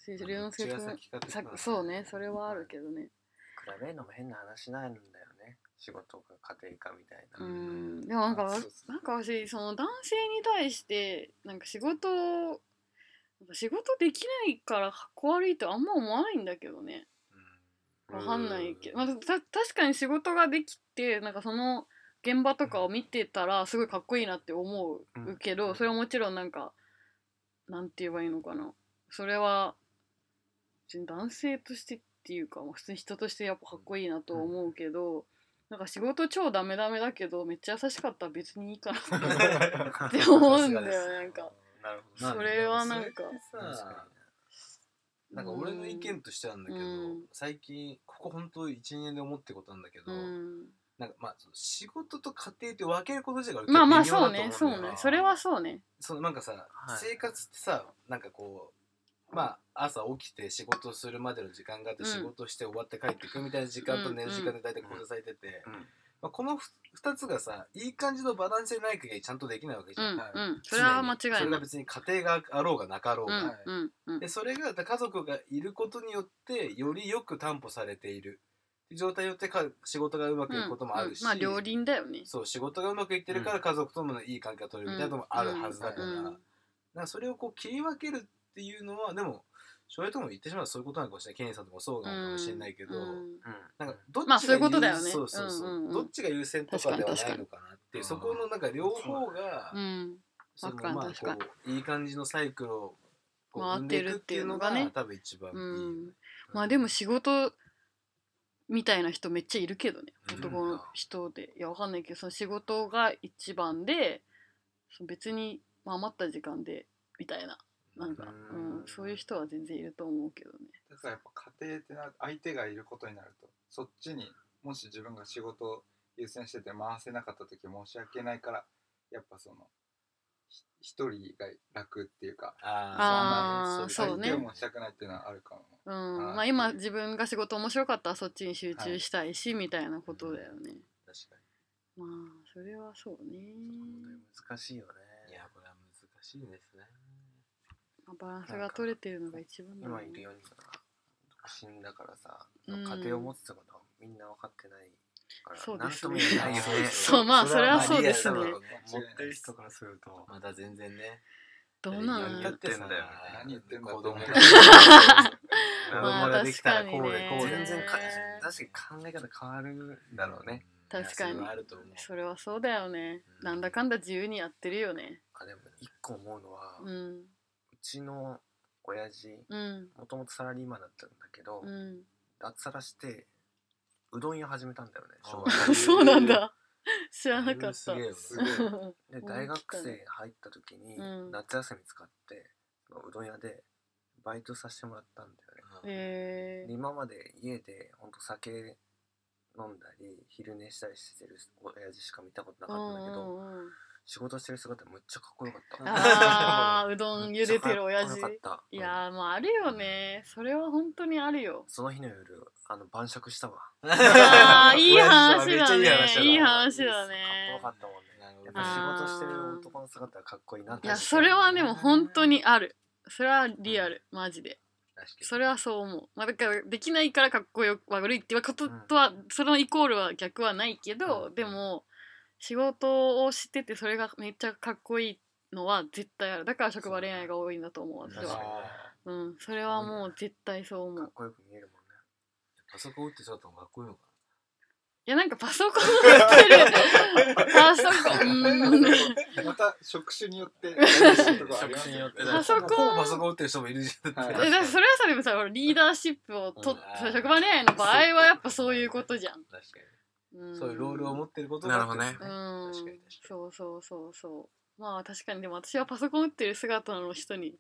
Speaker 2: うん
Speaker 1: 龍之介君
Speaker 2: どっちが先かってこと
Speaker 1: さ
Speaker 2: だ
Speaker 1: そうねそれはあるけどね
Speaker 3: 比べるのも変な話なんだよね仕事か家庭かみたいな、
Speaker 1: うんでもなんかわ
Speaker 4: そうそう
Speaker 1: なんか私その男性に対してなんか仕事をなんか仕事できないからかっこ悪いとあんま思わないんだけどねわかんないけど、まあ、た確かに仕事ができてなんかその現場とかを見てたらすごいかっこいいなって思うけど、
Speaker 3: うん
Speaker 1: それはもちろんなんかなんて言えばいいのかなそれは別に男性としてっていうか、まあ、普通に人としてやっぱかっこいいなと思うけど、なんか仕事超ダメダメだけどめっちゃ優しかったら別にいいかなってって思うんだよねなんか
Speaker 3: なるほど
Speaker 1: それはなんか
Speaker 2: さ
Speaker 3: 確か
Speaker 2: なんか俺の意見としてなんだけど、
Speaker 1: うん
Speaker 2: 最近ここ本当一12年で思ってることなんだけど、
Speaker 1: うん
Speaker 2: なんかまあその仕事と家庭って分けること自体が俺
Speaker 1: まあまあ
Speaker 2: 微妙
Speaker 1: そう
Speaker 2: だと思
Speaker 1: ね
Speaker 2: んだ
Speaker 1: そう
Speaker 2: よ
Speaker 1: ねそれはそうね
Speaker 2: そのなんかさ、
Speaker 3: い
Speaker 2: 生活ってさなんかこうまあ朝起きて仕事するまでの時間があって
Speaker 1: うん
Speaker 2: 仕事して終わって帰ってくみたいな時間と寝る時間で大体構成されてて、
Speaker 3: うん
Speaker 2: まあ、この2つがさいい感じのバランスでない限りちゃんとできないわけじ
Speaker 1: う
Speaker 2: ゃん、
Speaker 1: ん
Speaker 2: はい
Speaker 1: うんそれは間違い
Speaker 2: それ
Speaker 1: な
Speaker 2: が
Speaker 1: い
Speaker 2: 別に家庭があろうがなかろう
Speaker 1: う
Speaker 2: が、
Speaker 1: んうんうん
Speaker 2: でそれが家族がいることによってよりよく担保されている状態によってか仕事がうまくいくこともあるし、
Speaker 1: うんうんまあ両輪だよね
Speaker 2: そう仕事がうまくいってるから家族ともいい関係が取れるみたいなのもあるはずだから,、
Speaker 1: うんうん
Speaker 2: なんかそれをこう切り分けるっていうのはでも翔平とも言ってしまうとそういうことなのかもしれないケニーさんともそうなのかもしれないけど、
Speaker 1: うん
Speaker 2: なんかどっちが優
Speaker 1: まあそういうことだよね
Speaker 2: そうそうそう、
Speaker 1: うんうんうん
Speaker 2: どっちが優先とかではないのかなっていうそ
Speaker 3: 確かに確かに
Speaker 2: このなんか両方が、
Speaker 1: うん
Speaker 2: その
Speaker 1: わかん
Speaker 2: まあ
Speaker 1: 確かに
Speaker 2: こういい感じのサイクルをこう
Speaker 1: 回ってるっていうのがね
Speaker 2: 生んでいくっていう多分一番いいよね、
Speaker 1: うんまあでも仕事みたいな人めっちゃいるけどね
Speaker 2: うん
Speaker 1: 男の人でいやわかんないけどその仕事が一番でその別にまあ余った時間でみたいななんか、
Speaker 3: うん
Speaker 1: うん、そういう人は全然いると思うけどね
Speaker 4: だからやっぱ家庭ってな相手がいることになるとそっちにもし自分が仕事を優先してて回せなかった時申し訳ないからやっぱそのひ一人が楽っていうか
Speaker 1: あー
Speaker 2: そ
Speaker 1: そううね
Speaker 2: ね
Speaker 4: 相手を申し訳ないっていうのはあるかも
Speaker 1: うん
Speaker 4: ー
Speaker 1: まあ今自分が仕事面白かったらそっちに集中したいし、みたいなことだよね
Speaker 2: 確か
Speaker 1: まあそれはそうね
Speaker 3: 難しいよね
Speaker 2: にいやこれは難しいですね
Speaker 1: まあバランスが取れてるのが一番だ
Speaker 3: 今
Speaker 1: ね
Speaker 3: いるようにさ独身だからさ
Speaker 1: うん
Speaker 3: 家庭を持つってことはみんな分かってないから
Speaker 1: そう
Speaker 3: な
Speaker 1: で
Speaker 3: ん
Speaker 1: す
Speaker 3: と
Speaker 1: ね
Speaker 3: も言えないよ ね
Speaker 1: そうまあそれはそうですね
Speaker 3: まあリアル
Speaker 2: ま
Speaker 3: だ
Speaker 2: あ
Speaker 3: けど持ってる人からすると
Speaker 2: まだ全然ね
Speaker 1: どうな
Speaker 2: や
Speaker 1: んや
Speaker 2: りた
Speaker 1: ろ
Speaker 2: くてさ
Speaker 3: 何言ってんだよ
Speaker 4: 何言ってんだ
Speaker 2: 子供が子
Speaker 1: まあ
Speaker 2: 供ができたらこうでこうで
Speaker 3: 全然か
Speaker 1: ね
Speaker 3: 確かに考え方変わるんだろうね
Speaker 1: 確かに
Speaker 2: いやそれはあると思う
Speaker 1: それはそうだよね、
Speaker 2: うん
Speaker 1: なんだかんだ自由にやってるよね
Speaker 3: あでも一個思うのは、
Speaker 1: う
Speaker 3: うんちの親父
Speaker 1: うん
Speaker 3: もともとサラリーマンだったんだけど、
Speaker 1: うん
Speaker 3: 脱サラしてうどん屋始めたんだよね
Speaker 2: あー
Speaker 3: 小学
Speaker 2: えー
Speaker 1: そうなんだ知らなかっ
Speaker 2: すげ
Speaker 1: た
Speaker 2: えよね
Speaker 4: すごい
Speaker 3: で
Speaker 1: うん
Speaker 3: 大学生入った時に
Speaker 1: うん
Speaker 3: 夏休み使って、そのうどん屋でバイトさせてもらったんだよね
Speaker 1: え
Speaker 3: で今まで家でほんと酒飲んだり昼寝したりしてる親父しか見たことな
Speaker 1: ー、う
Speaker 3: かったん
Speaker 1: ん
Speaker 3: だけど、
Speaker 1: うんうん
Speaker 3: 仕事してる姿むっちゃかっこよかった
Speaker 1: あーうどん茹でてる親
Speaker 3: めっ
Speaker 1: 父
Speaker 3: ちゃかっこよかった
Speaker 1: いやーもうあるよねそれは本当にある よ
Speaker 3: その日の夜あの晩酌したわ
Speaker 1: あーいい
Speaker 2: め
Speaker 1: 話
Speaker 2: っちゃ
Speaker 1: だねいい
Speaker 2: だ
Speaker 1: 話だね
Speaker 3: かっこよかったもんね
Speaker 2: なるほど
Speaker 3: やっぱ仕事してる男の姿はかっこいいなっ
Speaker 1: い
Speaker 3: て
Speaker 1: やそれはでも本当にあるそれはリアルマジで
Speaker 2: 確か
Speaker 1: それはそう思う、まあ、だからできないからかっこよく悪いっていうこととは、そのイコールは逆はないけど、
Speaker 3: うん
Speaker 1: でも仕事をしててそれがめっちゃかっこいいのは絶対あるだから職場恋愛が多いんだと思う私
Speaker 2: に
Speaker 1: は、うん、それはもう絶対そう思
Speaker 3: かっ
Speaker 1: う
Speaker 3: こよく見えるもんね
Speaker 2: パソコン打ってちょっとかっこいいのか
Speaker 1: いやなんかパソコンやってるパソコンうん
Speaker 4: また職種によって
Speaker 3: 職種によって
Speaker 2: な
Speaker 3: パ
Speaker 1: ソコン
Speaker 2: ほぼパソコン打ってる人もいるじゃんだって
Speaker 4: はい
Speaker 1: えだからそれはさでもさほらリーダーシップをと、
Speaker 3: うん
Speaker 1: その職場恋愛の場合はやっぱそういうことじゃん、
Speaker 2: 確かに
Speaker 1: うん、
Speaker 2: そういうロールを持ってること
Speaker 3: なるほどね
Speaker 1: う
Speaker 2: うん
Speaker 1: ん
Speaker 2: 確かに確か
Speaker 1: そうそうそうそうまあ確かにでも私はパソコン打ってる姿の人に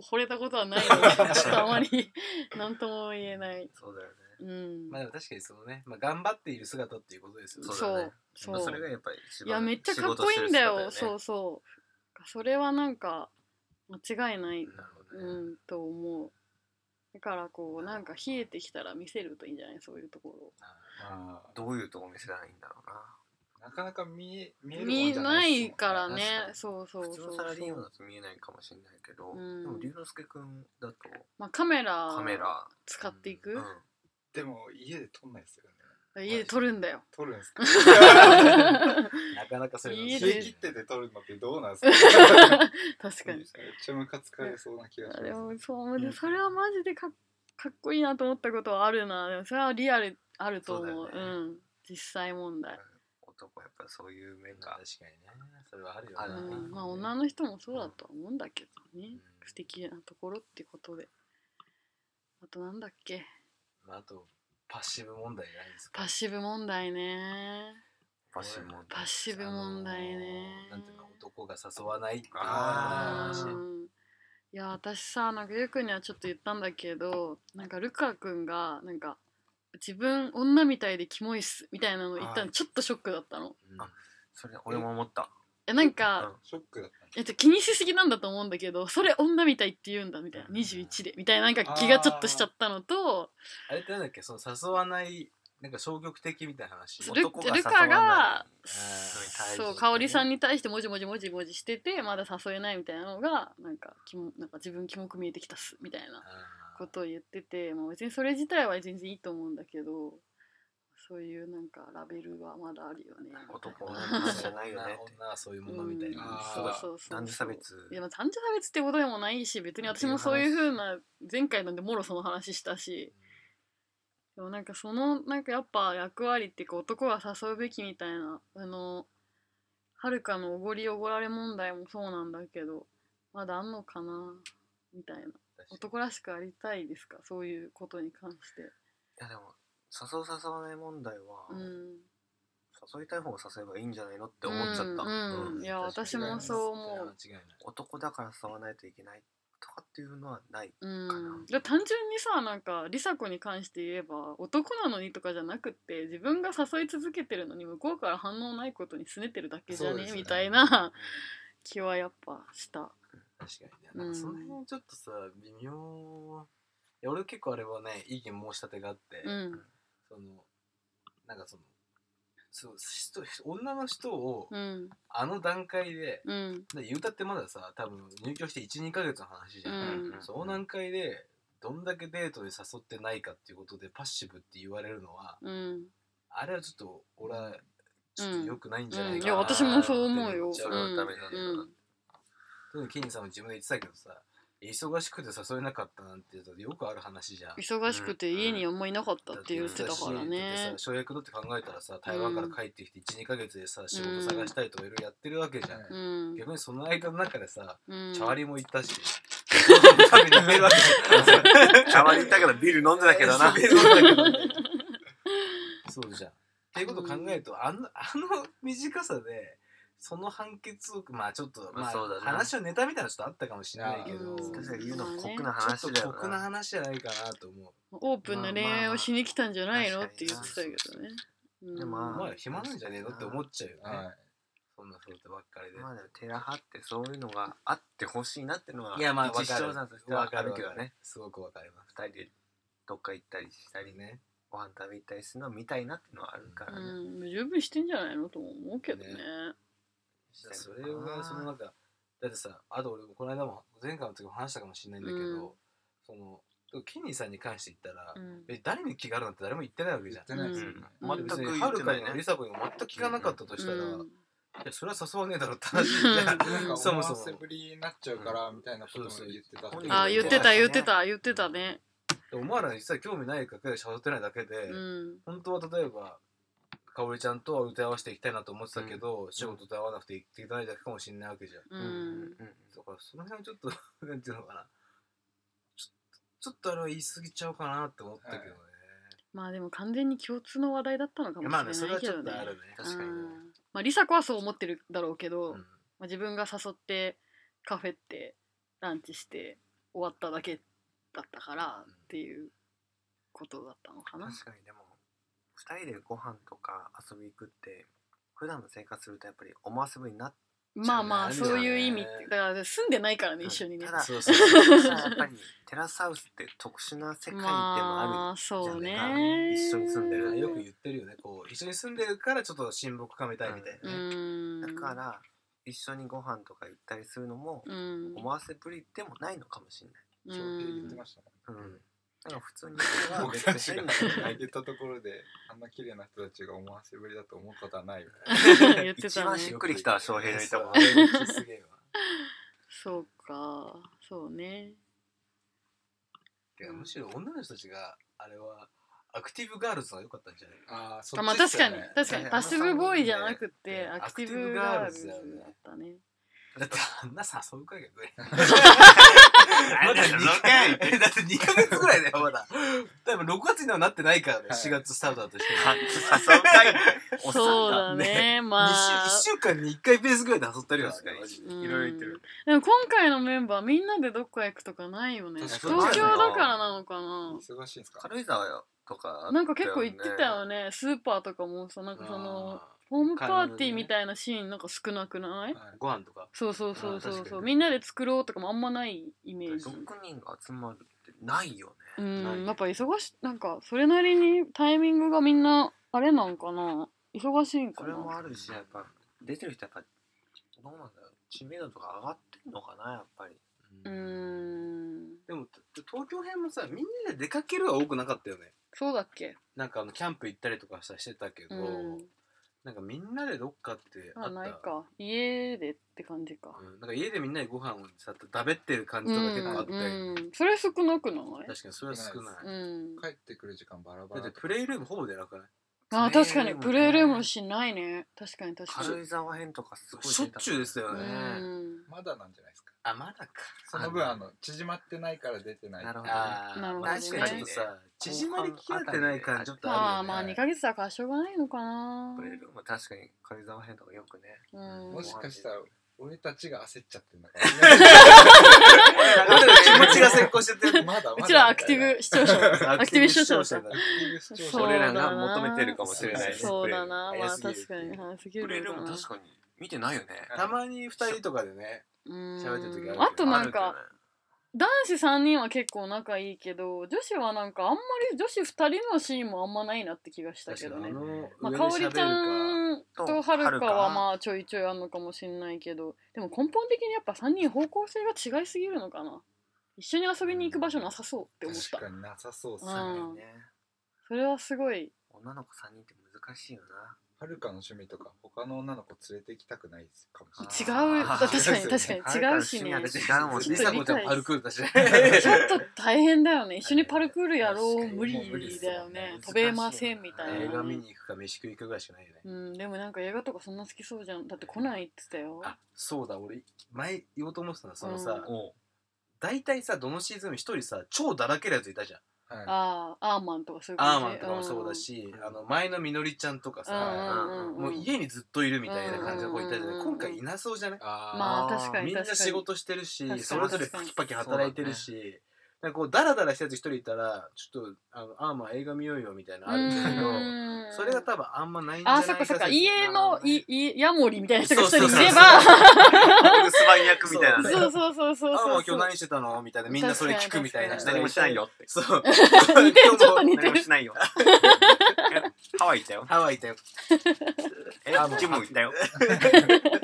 Speaker 1: 惚れたことはないのでちょっとあまり何とも言えない
Speaker 3: そうだよね
Speaker 1: うん、
Speaker 2: に。まあでも確かにそのね、まあ、頑張っている姿っていうことですよ
Speaker 3: そ
Speaker 2: ね。
Speaker 3: う
Speaker 1: そ
Speaker 3: だ
Speaker 1: う
Speaker 3: ね
Speaker 1: そう
Speaker 3: それがやっぱり一番
Speaker 1: いやめっちゃかっこいいんだよそう
Speaker 3: そ
Speaker 1: そうそれはなんか間違いない、
Speaker 2: なるほど
Speaker 1: う
Speaker 2: ね。
Speaker 1: ん、と思うだからこうなんか冷えてきたら見せるといいんじゃないそういうところ
Speaker 4: あー
Speaker 3: どういうとこ見せたらいいんだろうな
Speaker 4: なかなか見え見えるもん
Speaker 1: 見
Speaker 4: じゃ
Speaker 1: な
Speaker 4: ない
Speaker 1: い
Speaker 4: ですも
Speaker 1: か
Speaker 4: んね
Speaker 1: らね
Speaker 3: 確かに
Speaker 1: そうそうそう
Speaker 3: 普通
Speaker 1: そう
Speaker 3: のサラリーマンだと見えないかもしれないけど、
Speaker 1: うん
Speaker 3: でも龍之介くんだと
Speaker 1: まあカメラ
Speaker 3: カメラ、
Speaker 1: 使っていく、
Speaker 3: うん、
Speaker 4: でも家で撮んないですよね
Speaker 1: 家で撮るん だよ。
Speaker 4: 取るんです か
Speaker 2: なかなかそれ
Speaker 1: いい
Speaker 4: 冷
Speaker 1: で
Speaker 4: え
Speaker 1: す
Speaker 4: 切ってて取るのってどうなんですか
Speaker 1: 確か
Speaker 4: めっ
Speaker 1: に。
Speaker 4: ちゃムカつかれそうな気がし
Speaker 1: あ
Speaker 4: ま
Speaker 1: れ
Speaker 4: す
Speaker 1: もそう、でそれはマジでかっかっこいいなと思ったことはあるな。でもそれはリアルあると思う。
Speaker 2: そう
Speaker 1: う
Speaker 2: だよね
Speaker 1: ん。実際問題。
Speaker 3: 男はやっぱそういう面
Speaker 2: 確か
Speaker 3: が
Speaker 2: にねそれはあるよ
Speaker 3: あ
Speaker 1: う
Speaker 3: る
Speaker 2: ね
Speaker 1: ん、まあ女の人もそうだとは思うんだけどね。素敵なところってことで。あとなんだっけ
Speaker 2: まああとパッシブ問題じゃないですか
Speaker 1: パッシブ問題ね。
Speaker 3: パッシブも
Speaker 1: パッシブ問題ね
Speaker 2: あのーなんていうの男が誘わないっていうの
Speaker 3: あ
Speaker 2: が
Speaker 3: ー
Speaker 2: 話
Speaker 1: うんいや私さなんかゆうくんにはちょっと言ったんだけどなんかルカ君がなんか自分女みたいでキモいっすみたいなの言った
Speaker 3: は
Speaker 1: のちょっとショックだったの。
Speaker 2: うん
Speaker 3: あそれ俺も思った
Speaker 1: えなんか
Speaker 4: ショックだった
Speaker 1: えっと気にしすぎなんだと思うんだけどそれ女みたいって言うんだみたいな
Speaker 2: うん
Speaker 1: 21でみたいななんか気がちょっとしちゃったのと
Speaker 2: あれってなんだっけその誘わないなんか消極的みたいな話
Speaker 1: ル
Speaker 3: 男が誘わない
Speaker 1: ルカが
Speaker 3: うん
Speaker 1: そう
Speaker 3: 対峙
Speaker 1: 香織さんに対してもじもじもじもじしててまだ誘えないみたいなのがなんかキモなんか自分キモく見えてきたっすみたいな
Speaker 2: あー
Speaker 1: ことを言ってて、まあ、別にそれ自体は全然いいと思うんだけどそういうなんかラベルはまだあるよねみたいな
Speaker 3: 男女の話じゃないよねって
Speaker 2: 女はそういうものみたいな、
Speaker 4: うん
Speaker 2: あー
Speaker 4: そうだ
Speaker 1: そう そう
Speaker 3: 男女差別
Speaker 1: いやまあ男女差別ってことでもないし別に私もそういうふうな前回なんでもろその話したしでもなんかそのなんかやっぱ役割っていうか男が誘うべきみたいなあのはるかのおごりおごられ問題もそうなんだけどまだあんのかなみたいな男らしくありたいですかそういうことに関して
Speaker 3: いやでも誘う誘わない問題は、
Speaker 1: うん
Speaker 3: 誘いたい方を誘えばいいんじゃないのって思っちゃった、
Speaker 1: うんうんいや私もそう思う
Speaker 2: 間違いない
Speaker 3: 男だから誘わないといけないとかっていうのは ない
Speaker 1: うん、で単純にさなんか梨紗子に関して言えば男なのにとかじゃなくって自分が誘い続けてるのに向こうから反応ないことに拗ねてるだけじゃ
Speaker 2: そう
Speaker 1: ね
Speaker 2: ですよね
Speaker 1: みたいな気はやっぱした。
Speaker 2: 確かにねなんかその辺ちょっとさ微妙いや俺結構あれはね意見申し立てがあって、
Speaker 1: うん
Speaker 2: そのなんかそのそう人女の人を
Speaker 1: うん
Speaker 2: あの段階で、
Speaker 1: うん
Speaker 2: で言うたってまださ多分入居して12ヶ月の話じゃない、
Speaker 1: うん
Speaker 2: ん、その段階でどんだけデートで誘ってないかっていうことでパッシブって言われるのは
Speaker 1: うん
Speaker 2: あれはちょっと俺はちょっと良くないんじゃ
Speaker 1: う、
Speaker 2: なんい
Speaker 1: い
Speaker 2: かな
Speaker 1: や私もそう思うよ。
Speaker 2: って
Speaker 3: そ
Speaker 2: めっ
Speaker 3: れは
Speaker 2: ちゃ
Speaker 3: ダメだな
Speaker 1: うん
Speaker 2: 特にケニーさんも自分で言ってたけどさ忙しくて誘えなかったなんてよくある話じゃん。
Speaker 1: 忙しくて家にあんまいなかったって言ってたから
Speaker 2: だって
Speaker 1: ね
Speaker 2: さ。障害だって考えたらさ台湾から帰ってきて12ヶ月でさ仕事探したりとかいろいろやってるわけじゃん、
Speaker 4: ね
Speaker 1: うん、
Speaker 2: 逆にその間の中でさ、
Speaker 1: うん
Speaker 2: チャワリも行ったし、ご飯食べに行ってるわけじゃん
Speaker 3: たまに行ったからビール飲んでたけどな
Speaker 2: そうじゃん。っていうことを考えると、あのあの短さでその判決をまあちょっと、
Speaker 3: ま
Speaker 2: ま
Speaker 3: あ
Speaker 2: あ
Speaker 3: そうだな
Speaker 2: 話のネタみたいなのちょっとあったかもしれないけど、
Speaker 1: うん
Speaker 3: 確
Speaker 2: ち
Speaker 3: かに言うのも酷な
Speaker 2: ょ
Speaker 3: 話
Speaker 2: っ
Speaker 3: だ
Speaker 2: と
Speaker 3: よ
Speaker 2: 酷な
Speaker 3: な
Speaker 2: 話じゃないかなと思う。
Speaker 1: オープンな恋愛をしに来たんじゃないの、
Speaker 3: まあまあまあ
Speaker 1: って言ってたけどね。うん
Speaker 3: でまあ
Speaker 2: まあ暇なんじゃねえのって思っちゃうよね。
Speaker 4: は
Speaker 2: そんなそうってばっかりで。
Speaker 3: まあでもテラハってそういうのがあってほしいなってのはい
Speaker 2: やまあわかる
Speaker 3: 実証者としてはあるけどね
Speaker 2: すごくわかります。
Speaker 3: 二人でどっか行ったりしたりね
Speaker 2: ね。
Speaker 3: ご飯食べ行ったりするのは見たいなってのはあるからね、
Speaker 1: うん、十分してんじゃないのとも思うけどね。
Speaker 2: ね
Speaker 3: して
Speaker 2: そ
Speaker 3: る
Speaker 2: れ
Speaker 3: のかな
Speaker 2: がそのなんかだってさあと俺もこの間も前回の時も話したかもしれないんだけど、
Speaker 1: うん
Speaker 2: そのケニーさんに関して言ったら、
Speaker 1: うん
Speaker 2: え誰に気があるなんて誰も言ってないわけじゃん
Speaker 4: 言ってないですよね
Speaker 1: うん
Speaker 3: 全
Speaker 2: 別
Speaker 3: く
Speaker 2: に
Speaker 3: 言
Speaker 2: は
Speaker 3: っ
Speaker 2: る
Speaker 3: て
Speaker 2: か
Speaker 3: ない
Speaker 2: にもり
Speaker 3: ね
Speaker 2: さこにも全く聞かなかったとしたら、
Speaker 1: う
Speaker 2: い
Speaker 1: ん
Speaker 2: やそれは誘わねえだろって話じ ゃん
Speaker 1: う
Speaker 4: なんか
Speaker 2: そ
Speaker 4: 思
Speaker 2: も
Speaker 4: わ
Speaker 2: そも
Speaker 4: せぶりになっちゃうからみたいなことも言ってた
Speaker 3: うん
Speaker 1: あ言ってた言ってた言ってたね。
Speaker 2: でお前ら実は興味ないだけで誘ってないだけで、
Speaker 1: うん
Speaker 2: 本当は例えばかおりちゃんとは歌い合わせていきたいなと思ってたけど、仕事と合わなくて行っていけないだけかもしれないわけじゃん
Speaker 1: う
Speaker 3: うん
Speaker 1: ん
Speaker 2: だからその辺ちょっとなんていうのかなちょちょっとあれは言い過ぎちゃうかなって思ったけどね、
Speaker 1: まあでも完全に共通の話題だったのか
Speaker 2: い
Speaker 1: も
Speaker 2: や
Speaker 1: し
Speaker 2: まあ
Speaker 1: れ
Speaker 2: ねそれ
Speaker 1: な
Speaker 2: はい
Speaker 1: け
Speaker 2: ちょ
Speaker 1: ど
Speaker 2: っ
Speaker 1: ね
Speaker 2: とあ。るね
Speaker 3: 確かにね
Speaker 1: うんまあ梨紗子はそう思ってるだろうけど、
Speaker 2: う
Speaker 1: ま
Speaker 2: ん
Speaker 1: あ、自分が誘ってカフェってランチして終わっただけだったからっていうことだったのかな。
Speaker 3: 確かにでも二人でご飯とか遊び行くって普段の生活するとやっぱり思わせぶりになっ
Speaker 1: まあまあ
Speaker 2: じゃあね
Speaker 1: そういう意味ってだから住んでないからね一緒にね
Speaker 3: た。だ
Speaker 2: そう
Speaker 3: そ
Speaker 2: そう
Speaker 3: うしたらやっぱりテラスハウスって特殊な世界でも
Speaker 1: ま
Speaker 3: あ
Speaker 1: あそう
Speaker 3: じ
Speaker 1: ね
Speaker 3: ゃある。一緒に住んで
Speaker 2: だから
Speaker 3: る
Speaker 2: よく言ってるよねこう一緒に住んでるからちょっと親睦かめたいみたいなね、
Speaker 1: うん
Speaker 3: だから一緒にご飯とか行ったりするのも
Speaker 1: うん
Speaker 3: 思わせぶりでもないのかもしれない
Speaker 1: うん
Speaker 4: 言ってましたね
Speaker 3: うん、なんか普通に人は別に変なことない
Speaker 4: 言ったところであんな綺麗な人たちが思わせぶりだと思うことはないよ ね
Speaker 1: 言って
Speaker 3: 一
Speaker 1: た
Speaker 3: 番
Speaker 1: ね
Speaker 3: しっくりきた翔平のいたもん
Speaker 2: そうあ れめっちゃすげえわ
Speaker 1: そうかそうね
Speaker 2: てかむしろ女の人たちがあれはアクティブガールズが良かったんじゃない
Speaker 4: ああそ
Speaker 1: あまあ確かに確か
Speaker 2: い
Speaker 1: に
Speaker 2: や
Speaker 1: パッシブボーイじゃなくて
Speaker 2: まあ
Speaker 1: アクティブガールズだ
Speaker 2: アクティブガールズだよね
Speaker 1: ったね
Speaker 2: だってあんな誘うかげね
Speaker 3: ま
Speaker 2: ま
Speaker 3: だ
Speaker 2: だ
Speaker 3: 二
Speaker 2: 2
Speaker 3: 回
Speaker 2: 回 だって2ヶ月ぐらいだよまだ多分6月にはなってないからね
Speaker 4: はい
Speaker 2: 4月スタートだとしても
Speaker 3: 誘う会 おっさん
Speaker 1: そうだねま
Speaker 2: 2
Speaker 1: あ
Speaker 2: 週 ,1 週間に1回ペースぐらいで誘ってるよ
Speaker 3: 確かに
Speaker 2: マジで
Speaker 1: うん
Speaker 3: いろいろ言ってる
Speaker 1: でも今回のメンバーみんなでどっか行くとかないよね
Speaker 4: 確
Speaker 1: 東
Speaker 4: かに
Speaker 1: 京だからなのかな
Speaker 4: 忙しいんですか
Speaker 3: 軽井沢とか
Speaker 1: なんか結構行ってたよねスーパーとかもさなんかその
Speaker 2: あ
Speaker 1: ホームパーティーみたいなシーンなんか少なくない、
Speaker 2: ーご飯とか
Speaker 1: そうそうそうそう
Speaker 2: あ確
Speaker 1: そ
Speaker 2: か
Speaker 1: う
Speaker 2: に
Speaker 1: みんなで作ろうとかもあんまないイメージ
Speaker 3: 6人が集まるってないよ
Speaker 1: う
Speaker 3: ね
Speaker 2: ない
Speaker 1: ん
Speaker 2: ね
Speaker 1: やっぱ忙しなんかそれなりにタイミングがみんなあれなんかな忙しいん
Speaker 3: そ
Speaker 1: か
Speaker 3: れ
Speaker 1: な
Speaker 3: もあるしやっぱ出てる人やっぱどうなんだろう知名度とか上がってんのかなやっぱり
Speaker 1: うーん
Speaker 2: でもと東京編もさみんなで出かけるは多くなかったよね
Speaker 1: そうだっけ
Speaker 2: なんかあのキャンプ行ったりとかさしてたけど、
Speaker 1: うん
Speaker 2: なんかみんなでどっかってあっ
Speaker 1: あ
Speaker 2: た
Speaker 1: ないか家でって感じか
Speaker 2: うん、なんか家でみんなでご飯をさだべってる感じとか結構あったよ、
Speaker 1: うんうんそれ少なくない
Speaker 2: 確かにそれは少ない、
Speaker 1: うん
Speaker 4: 帰ってくる時間バラバ
Speaker 2: だっ
Speaker 4: ラ
Speaker 2: てプレイルームほぼ出なくない
Speaker 1: あー確かにプ
Speaker 3: プ
Speaker 1: レ
Speaker 3: レ
Speaker 1: イ
Speaker 3: イ
Speaker 1: ル
Speaker 3: ル
Speaker 1: ー
Speaker 3: ームね
Speaker 1: ムしないね確かに確かに
Speaker 3: 軽井沢編とかすごい出た
Speaker 2: しょっちゅうですよ
Speaker 1: う
Speaker 2: ね、
Speaker 1: ん
Speaker 4: まだなんじゃないですか
Speaker 2: あまだか
Speaker 4: その分あの縮まってないから出てない
Speaker 3: なるほど
Speaker 2: あー
Speaker 1: なるほどね
Speaker 2: 確かにちょっとさ縮まりきれてない感じちょっと
Speaker 1: ま
Speaker 2: あ
Speaker 1: あ
Speaker 2: るよ
Speaker 1: まあ
Speaker 2: ね
Speaker 1: 2ヶ月だからしょうがないのかな
Speaker 3: プレイルーム確かに軽井沢編とかよくね
Speaker 1: うん
Speaker 4: もしかしたら俺たちが焦っちゃってるのか
Speaker 2: 俺らの気持ちが先行してて
Speaker 4: もまだまだ
Speaker 1: うちらアクティブ視聴者
Speaker 2: ア
Speaker 1: クティブ視聴者だ
Speaker 2: アクティブ視聴
Speaker 4: アクティブ視聴
Speaker 2: 者だ
Speaker 4: 者
Speaker 1: そう
Speaker 3: 俺らが求めてるかもしれないね
Speaker 1: そうだな
Speaker 2: プレイ
Speaker 1: ま
Speaker 2: ルーム
Speaker 1: あ
Speaker 2: 早す
Speaker 1: 確
Speaker 2: ぎ
Speaker 1: か
Speaker 2: る
Speaker 1: に早すぎ
Speaker 3: プレイ
Speaker 1: る
Speaker 3: ル
Speaker 1: よ
Speaker 3: ーム
Speaker 1: な
Speaker 3: 確かに見てないよね
Speaker 2: たまに二人とかでね
Speaker 1: うん
Speaker 2: 喋ってる時ある
Speaker 1: あとなん
Speaker 3: あ
Speaker 1: か
Speaker 3: るよね
Speaker 1: 男子3人は結構仲いいけど女子はなんかあんまり女子2人のシーンもあんまないなって気がしたけどねまあ、かおりちゃんとはるかはまあちょいちょいあんのかもしれないけどでも根本的にやっぱ3人方向性が違いすぎるのかな一緒に遊びに行く場所なさそうって思った
Speaker 4: 確かになさそうっす
Speaker 1: う
Speaker 4: ね
Speaker 1: ん
Speaker 3: 確かにね
Speaker 1: それはすごい
Speaker 3: 女の子3人って難しいよな
Speaker 4: はるかの趣味とか他の女の子連れて行きたくないですかもしれない
Speaker 1: 違う
Speaker 3: あー
Speaker 1: だ確かに
Speaker 4: そうです
Speaker 1: 確かに違うしね
Speaker 3: は るかの趣味は違うもん
Speaker 1: ちょ
Speaker 3: ね
Speaker 1: っと
Speaker 2: りさこちゃんパルクールだし ね
Speaker 1: ちょっと大変だ よね一緒にパルクールやろ
Speaker 2: 確
Speaker 1: う
Speaker 2: かに
Speaker 1: 無理
Speaker 2: もう無理っす
Speaker 1: だよ
Speaker 2: よね
Speaker 1: ね
Speaker 3: 難しい
Speaker 1: 飛べませんみたいな、ね、
Speaker 2: 映画見に行くか飯食い行くぐらいしかないよね
Speaker 1: うんでもなんか映画とかそんな好きそうじゃんだってコナン行ってたよ
Speaker 2: あそうだ俺前言おうと思ってたのその
Speaker 1: うん
Speaker 2: さ
Speaker 3: おう
Speaker 2: 大体さどのシーズンも一人さ超だらけるやついたじゃん
Speaker 4: はい
Speaker 1: あーアーマンとかそういう
Speaker 2: ア
Speaker 1: 感
Speaker 2: ー
Speaker 1: じ
Speaker 2: マンとかもそうだし
Speaker 3: うん
Speaker 2: あの前のみのりちゃんと
Speaker 1: う
Speaker 2: か
Speaker 1: ん
Speaker 2: さ
Speaker 1: うんうんうん
Speaker 2: もう家にずっといるみたいな感じの子いた
Speaker 1: う
Speaker 2: じゃ
Speaker 1: んうんうん
Speaker 2: ない今回いなそうじゃない
Speaker 1: まあ
Speaker 3: あー
Speaker 1: 確かに
Speaker 2: みんな
Speaker 1: 確かに
Speaker 2: 仕事してるし
Speaker 1: 確かに
Speaker 2: それぞれパキパキ働いてるしなんかこうダラダラしたやつ一人いたらちょっとあのアーマー映画見ようよみたいなのあるんだけど
Speaker 1: うん
Speaker 2: それが多分あんまないんじゃな
Speaker 1: あ
Speaker 2: い
Speaker 1: そっかそっか
Speaker 2: 説
Speaker 1: 家のいいヤモリみたいな人が一人
Speaker 2: そうそうそう
Speaker 1: いれば
Speaker 3: お留守番役みたいなね
Speaker 1: そうそうそうそう
Speaker 2: あ
Speaker 1: そ
Speaker 2: もう
Speaker 1: う
Speaker 2: 今日何してたのみたいなみんなそれ聞くみたいな
Speaker 1: 確
Speaker 2: 人
Speaker 1: か
Speaker 3: 何もしないよって
Speaker 2: そう
Speaker 1: 似てるちょっと似て
Speaker 3: 何も
Speaker 1: る
Speaker 3: し ないよハワイ行ったよ
Speaker 2: ハワイだよ
Speaker 3: え
Speaker 2: あもう
Speaker 3: ジム行ったよ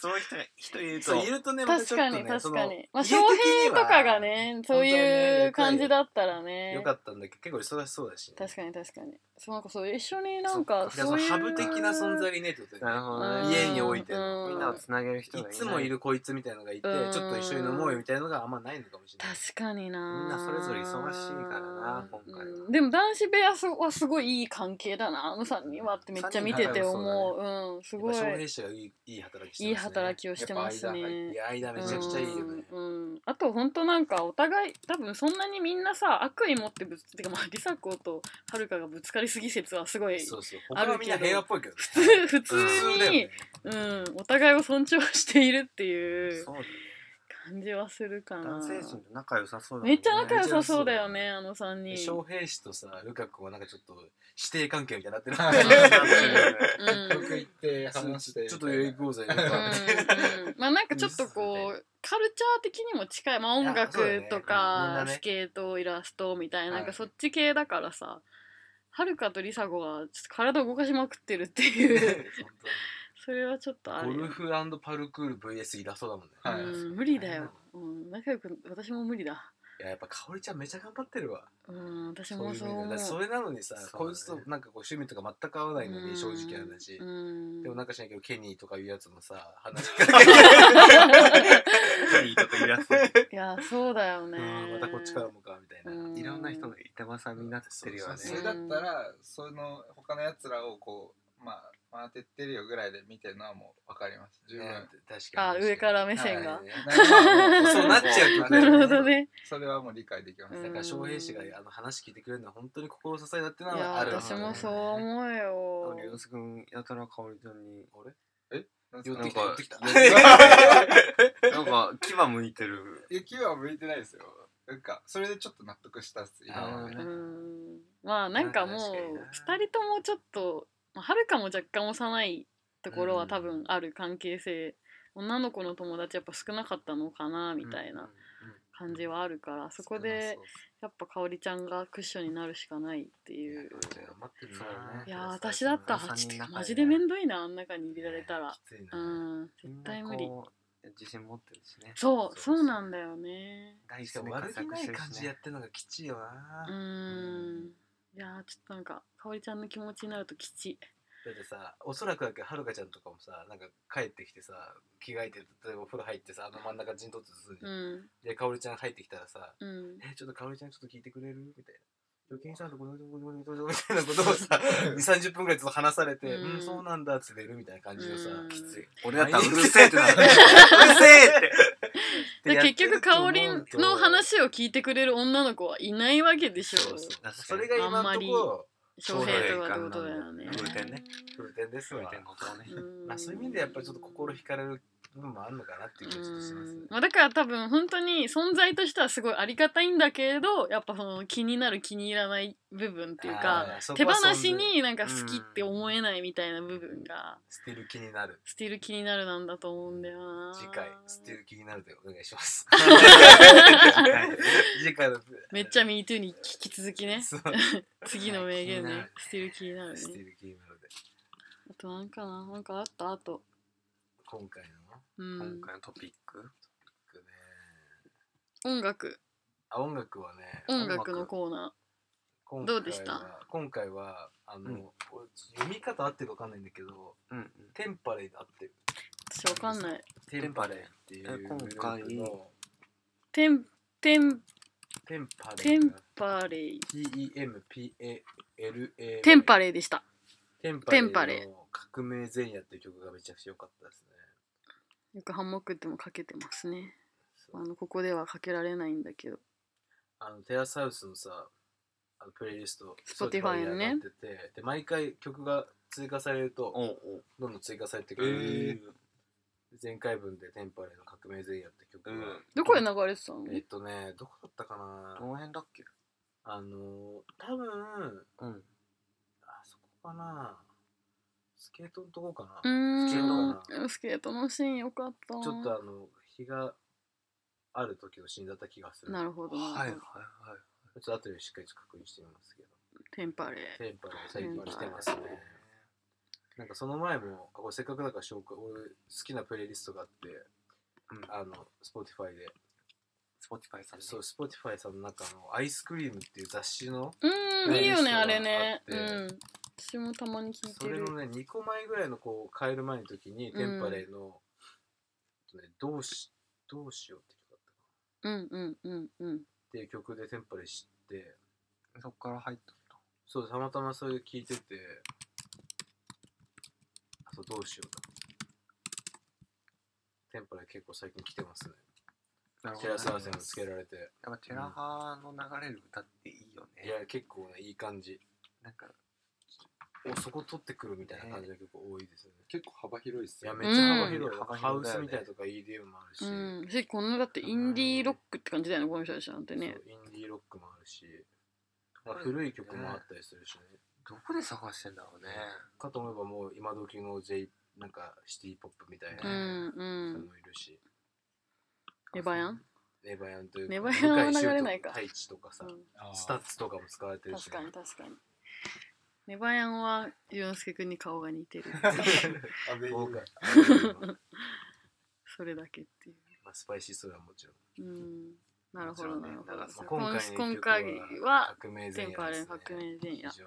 Speaker 3: そういう人が一人いると
Speaker 2: そういるとねまたち
Speaker 1: 確
Speaker 2: ょ
Speaker 1: か
Speaker 2: っと
Speaker 1: に
Speaker 2: ね
Speaker 1: 確
Speaker 2: そ
Speaker 1: か
Speaker 2: の
Speaker 1: にまあ
Speaker 2: 家
Speaker 1: 翔
Speaker 2: 的には
Speaker 1: 平とかがねそういう感じだったらね
Speaker 2: よかったんだけど結構忙しそうだし
Speaker 1: 確かに確かにそうなんかそう一緒になんか
Speaker 2: じゃあ
Speaker 1: そ
Speaker 2: そうの
Speaker 1: いう
Speaker 2: ハブ的な存在がいねえってことだ
Speaker 3: な
Speaker 2: よ
Speaker 1: う
Speaker 3: るほど
Speaker 2: ね
Speaker 1: ん
Speaker 3: ね
Speaker 2: 家に置いてる
Speaker 1: うん
Speaker 3: みんなをつなげる人
Speaker 2: い
Speaker 3: がいない
Speaker 2: つもいるこいつみたいなのがいてち
Speaker 1: う
Speaker 2: ょ
Speaker 1: ん
Speaker 2: っと一緒に飲もうよみたいなのがあんまないのかもしれない
Speaker 1: 確かにな
Speaker 3: みんなそれぞれ忙しいからな今回は
Speaker 1: うんでも男子部屋はすごいいい関係だなあの3人はってめっちゃ見てて思ううんすごい
Speaker 2: やっぱ翔平氏がいいいい働きしてますね
Speaker 1: いい働きをしてます
Speaker 4: やっぱ間
Speaker 1: ね
Speaker 2: いや間めちゃくちゃいいよね
Speaker 1: うんうんあと本当なんかお互い多分そんなにみんなさ悪意持ってぶつてかまあ梨紗子とはるかがぶつかりすぎ説はすごい
Speaker 2: そうそう
Speaker 1: あるけ
Speaker 2: 他
Speaker 1: ど
Speaker 2: はみんな平和っぽいけどね
Speaker 1: 普通普通
Speaker 2: 普通だよ
Speaker 1: に、
Speaker 2: ね
Speaker 1: うん、お互いを尊重しているっていう
Speaker 3: そうだね
Speaker 1: 感じはするかな
Speaker 3: 男性陣と仲良さそうだもん
Speaker 1: め
Speaker 3: ね
Speaker 1: っちゃ仲良さそうだよねあの3
Speaker 2: で
Speaker 1: 人
Speaker 2: 翔平氏とさルカ子はなんかちょっと師弟関係みたいになってる
Speaker 4: はい
Speaker 1: うんうん
Speaker 4: よく行って話して
Speaker 2: ちょっと行こうぜとか
Speaker 1: うんまあなんかちょっとこうカルチャー的にも近い、まあ、音
Speaker 2: いやそうだよ
Speaker 1: 楽
Speaker 2: ね
Speaker 1: と
Speaker 2: みん
Speaker 1: か、
Speaker 2: なね
Speaker 1: スケートイラストみたいな,、
Speaker 4: はい
Speaker 1: なんかそっち系だからさはるかとりさ子がちょっと体を動かしまくってるって いうそれはちょっとあ
Speaker 2: ゴ
Speaker 1: るよ
Speaker 2: ルフパルクール VS イラストだもんね
Speaker 4: はい
Speaker 1: うん、無理だよ、うん、仲良く私も無理だ
Speaker 2: いややっぱ香織ちゃんめちゃ頑張ってるわ
Speaker 1: うん私
Speaker 2: そう
Speaker 1: も
Speaker 2: いう
Speaker 1: そう
Speaker 2: 面
Speaker 1: 思
Speaker 2: でだからそうれなのにさ、
Speaker 3: そうだね
Speaker 2: こいつとなんかこう趣味とか全く合わないの
Speaker 1: う
Speaker 2: に
Speaker 1: ん
Speaker 2: 正直な話、
Speaker 1: うん
Speaker 2: でもなんかしないけどケニーとかいうやつもさ話し かけて
Speaker 3: いいとかい らっしゃ
Speaker 1: いやそうだよね
Speaker 2: うんまたこっちからもかみたいな、
Speaker 1: うん
Speaker 3: いろんな人の板挟みになってるよね
Speaker 2: そう
Speaker 4: それだったらその他のやつらをこうまあ回ってってるよぐらいで見てるのはもう分かります十分、
Speaker 2: ね確
Speaker 1: あ
Speaker 2: かに
Speaker 1: 上から目線が
Speaker 2: はい
Speaker 4: なんか
Speaker 2: そうなっちゃうと
Speaker 1: な
Speaker 2: ね
Speaker 1: るほどね
Speaker 4: それはもう理解できます、
Speaker 1: うん
Speaker 2: だから翔平氏があの話聞いてくれるのは本当に心支えだっての
Speaker 1: いや
Speaker 2: はある
Speaker 1: 私もそう思うよ
Speaker 3: 龍之介君やたらかおりちゃんに
Speaker 4: なん
Speaker 2: 寄
Speaker 4: か
Speaker 2: ってきた寄ってきた
Speaker 3: なんか牙向いてる
Speaker 4: 雪は向いてないですよなんかそれでちょっと納得したっす今まで
Speaker 1: う
Speaker 3: ね
Speaker 1: んまあなんかもう
Speaker 2: 確かにな
Speaker 1: 2人ともちょっとまあはるかも若干幼いところは多分ある関係性、女の子の友達やっぱ少なかったのか なみたいな感じはあるから、 そこでやっぱかおりちゃんがクッションになるしかないっていう。
Speaker 2: 待ってる
Speaker 3: そうだね
Speaker 1: い
Speaker 2: ね
Speaker 1: やー私だったら
Speaker 3: 三人
Speaker 1: ちょっと
Speaker 3: 仲いいね
Speaker 1: マジでめんどいなあん中に入れられたら
Speaker 2: き、ついね
Speaker 1: うん
Speaker 3: み
Speaker 1: 絶
Speaker 3: んな
Speaker 1: 対
Speaker 3: こ
Speaker 1: 無理
Speaker 3: う自信持ってるしね
Speaker 1: そうそうなんだよね
Speaker 3: 大
Speaker 2: しか
Speaker 3: 好
Speaker 2: も
Speaker 3: き
Speaker 2: 悪
Speaker 3: 活躍
Speaker 2: 気な
Speaker 3: し
Speaker 2: い
Speaker 3: てる
Speaker 2: 感
Speaker 3: し
Speaker 2: じ
Speaker 3: ね
Speaker 2: やってるのがきちいよな
Speaker 1: うーんいやーちょっとなんかかおりちゃんの気持ちになると吉
Speaker 2: だってさおそらくだけどはるかちゃんとかもさなんか帰ってきてさ着替えて例えばお風呂入ってさあの真ん中陣取ってするじ
Speaker 1: う
Speaker 2: ゃん、
Speaker 1: ん
Speaker 2: でかおりちゃん入ってきたらさ
Speaker 1: うん
Speaker 2: 「えちょっとかおりちゃんちょっと聞いてくれる?」みたいな。余計にさんとこのこのこのみたいなことをさ2030分ぐらいちょっと話されて「
Speaker 1: うん
Speaker 2: うんそうなんだ」っつって出るみたいな感じのさ
Speaker 1: うん
Speaker 2: きつい。
Speaker 3: 俺だったらうるせえってなるう るせえって
Speaker 1: で結局かおり
Speaker 2: やってると思
Speaker 1: の
Speaker 2: うと
Speaker 1: 話を聞いてくれる女の子はいないわけでしょ
Speaker 2: そうそう
Speaker 3: 確かに
Speaker 2: それが今のところ
Speaker 1: 翔平とはってことだよね
Speaker 3: そうだよね
Speaker 2: 風天ですわ
Speaker 3: みたいなことをね
Speaker 1: うん
Speaker 2: まあそういう意味でやっぱりちょっと心惹かれる部分もあるのかなっていう気がちょっとします
Speaker 1: うんまあ、だから多分本当に存在としてはすごいありがたいんだけれどやっぱその気になる気に入らない部分っていうか
Speaker 2: あーそ
Speaker 1: 手
Speaker 2: こ
Speaker 1: 放
Speaker 2: はそんな
Speaker 1: しになんか好きって思えないみたいな部分が
Speaker 2: 捨てる気になる
Speaker 1: スティール気になるなんだと思うんだよな
Speaker 2: 次回捨てる気になるでお願いします 次回の
Speaker 1: めっちゃ MeToo に引き続きね
Speaker 2: そう
Speaker 1: 次の名言
Speaker 3: 気にな
Speaker 1: ね
Speaker 3: る
Speaker 1: スティール気になるね
Speaker 2: 捨てる気になるで
Speaker 1: あとなんかななんかあったあと
Speaker 2: 今回の
Speaker 1: うん
Speaker 3: 今回のトピック
Speaker 2: ね
Speaker 1: 音楽
Speaker 2: あ音楽はね
Speaker 1: 音楽のコーナ
Speaker 2: 今回は
Speaker 1: どうでした
Speaker 2: 今回はあの、
Speaker 3: うん
Speaker 2: これ読み方合ってるかわかんないんだけど
Speaker 3: うんうん
Speaker 2: テンパレーで合ってる
Speaker 1: ー私わかんない
Speaker 2: テ
Speaker 3: ンパレー
Speaker 2: っていう
Speaker 3: え今回
Speaker 2: グループの
Speaker 1: テンテン
Speaker 2: テンパレ
Speaker 1: テン
Speaker 2: ー
Speaker 1: パレイ
Speaker 2: TEMPALA
Speaker 1: テンパレイでした
Speaker 2: テン
Speaker 1: テン
Speaker 2: パ
Speaker 1: パ
Speaker 2: レ
Speaker 1: レ
Speaker 2: ーの革命前夜っていう曲がめちゃくちゃ良かったですね
Speaker 1: よくハンモックでもかけてますね
Speaker 2: そう
Speaker 1: あのここではかけられないんだけど
Speaker 2: あのテラスハウスのさあのプレイリスト
Speaker 1: Spotify のね
Speaker 2: に上がっててで毎回曲が追加されると
Speaker 3: おうおう
Speaker 2: どんどん追加されてく
Speaker 3: え
Speaker 2: る、
Speaker 3: ー
Speaker 2: 前回分でテンパレーの革命前夜って曲が、
Speaker 3: うん
Speaker 1: どこで流れてたの
Speaker 2: えっとねどこだったかな
Speaker 3: どの辺だっけ
Speaker 2: あのー多分
Speaker 3: うん
Speaker 2: あそこかなスケートのとこかな、
Speaker 1: うー
Speaker 2: ー
Speaker 1: んスケートのシーンよかった
Speaker 2: ちょっとあの日がある時のシーンだった気がする
Speaker 1: なるほどな
Speaker 3: は
Speaker 1: る
Speaker 3: いはい
Speaker 1: ほど
Speaker 3: はい
Speaker 2: ちょっと後でしっかり確認してみますけど
Speaker 1: テンパレイ
Speaker 2: テンパレー最近来てますね
Speaker 3: テンパレー
Speaker 2: なんかその前もあこれせっかくだから紹介俺好きなプレイリストがあって
Speaker 3: うん
Speaker 2: あの Spotify で
Speaker 3: スポティファイさん
Speaker 2: そう Spotify さんの中の「アイスクリーム」っていう雑誌の
Speaker 1: うーんいいよねあれね
Speaker 2: テ
Speaker 1: う
Speaker 2: ンパレイ
Speaker 1: ん私もたまに聞い
Speaker 2: そ
Speaker 1: て
Speaker 2: れ
Speaker 1: る
Speaker 2: のね2個前ぐらいのこう帰る前の時にテンパレーの「えっとねどうしどうしよう」って曲だったか
Speaker 1: う
Speaker 2: な
Speaker 1: んうんうんうん
Speaker 2: っていう曲でテンパレー知って
Speaker 3: そっから入った
Speaker 2: そうたまたまそれ聞いててあとどうしようだテンパレー結構最近来てますね
Speaker 3: なるほ
Speaker 2: テ
Speaker 3: ど
Speaker 2: ラ
Speaker 3: ね
Speaker 2: スハウスにもつけられて
Speaker 3: やっぱテラハの流れる歌っていいよ
Speaker 2: い
Speaker 3: ね。
Speaker 2: や結構ねいい感じ
Speaker 3: なんか、
Speaker 2: おそこ取ってくるみたいな感じの曲多いですよね
Speaker 4: 結構幅広いっす
Speaker 2: いや
Speaker 4: よ、
Speaker 2: め
Speaker 4: ね、
Speaker 2: っちゃ幅広い、
Speaker 3: うん幅
Speaker 2: ハウ
Speaker 3: 広いだ
Speaker 2: ス
Speaker 3: よね
Speaker 2: みたいなとか EDM もあるし、
Speaker 1: うん、しこのだってインディーロックって感じだよねこの人たちなんてね
Speaker 2: そうインディーロックもあるしまあ古い曲もあったりするしね
Speaker 3: どこで探してんだろうね。
Speaker 2: かと思えばもう今時の J なんかシティポップみたいな
Speaker 1: う
Speaker 3: ね
Speaker 1: んう
Speaker 2: 人
Speaker 1: ん
Speaker 2: もいるし、
Speaker 1: ネバヤン
Speaker 2: ネバヤンという
Speaker 1: ネバヤンは
Speaker 2: 向井
Speaker 1: 流
Speaker 2: 秀
Speaker 1: れ
Speaker 2: 人
Speaker 1: ないか
Speaker 2: 太一とかさ、
Speaker 4: あー
Speaker 2: スタッツとかも使われてるし
Speaker 1: 確か
Speaker 2: ね、
Speaker 1: に確かにネバヤンはユンスケ君に顔が似てる
Speaker 4: 安倍
Speaker 2: 豪華
Speaker 4: 優
Speaker 2: あのまあ
Speaker 1: それだけってい
Speaker 2: スパイシーソーダはもちろん
Speaker 1: ううんなるほどなるほど
Speaker 3: もちろんね長さ
Speaker 1: 今
Speaker 2: 今回
Speaker 1: 今回は
Speaker 2: 革命前
Speaker 1: 全
Speaker 2: 夜
Speaker 1: パ
Speaker 2: で
Speaker 1: レ
Speaker 2: す
Speaker 1: ン
Speaker 2: ね
Speaker 1: 革命前夜
Speaker 2: 非
Speaker 1: よ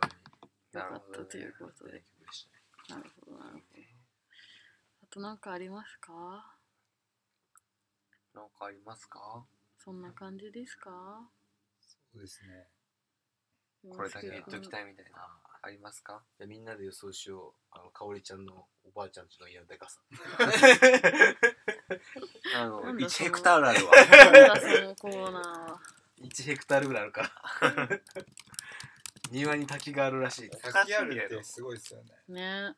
Speaker 2: 常に
Speaker 3: な
Speaker 1: か
Speaker 3: る
Speaker 1: っ
Speaker 3: ほ
Speaker 1: た
Speaker 3: どね
Speaker 1: ということで
Speaker 2: 名曲でしたね
Speaker 1: なるほどなるほどあと何かありますか
Speaker 3: なんかありますか
Speaker 1: そんな感じですか
Speaker 4: そうですね。
Speaker 3: これだけ言っとき
Speaker 1: い
Speaker 3: たいみたいな
Speaker 2: あー
Speaker 3: ありますか
Speaker 2: じゃあみんなで予想しようあのかおりちゃんのおばあちゃんちの家ので かさ
Speaker 1: なんだそ
Speaker 3: あの1
Speaker 1: の
Speaker 3: ヘクタールあるわ
Speaker 1: なんだそのコーナーは
Speaker 2: 1ヘクタールぐらいあるから庭に滝があるらしいです
Speaker 4: 滝あるってすごいですよね。
Speaker 1: ね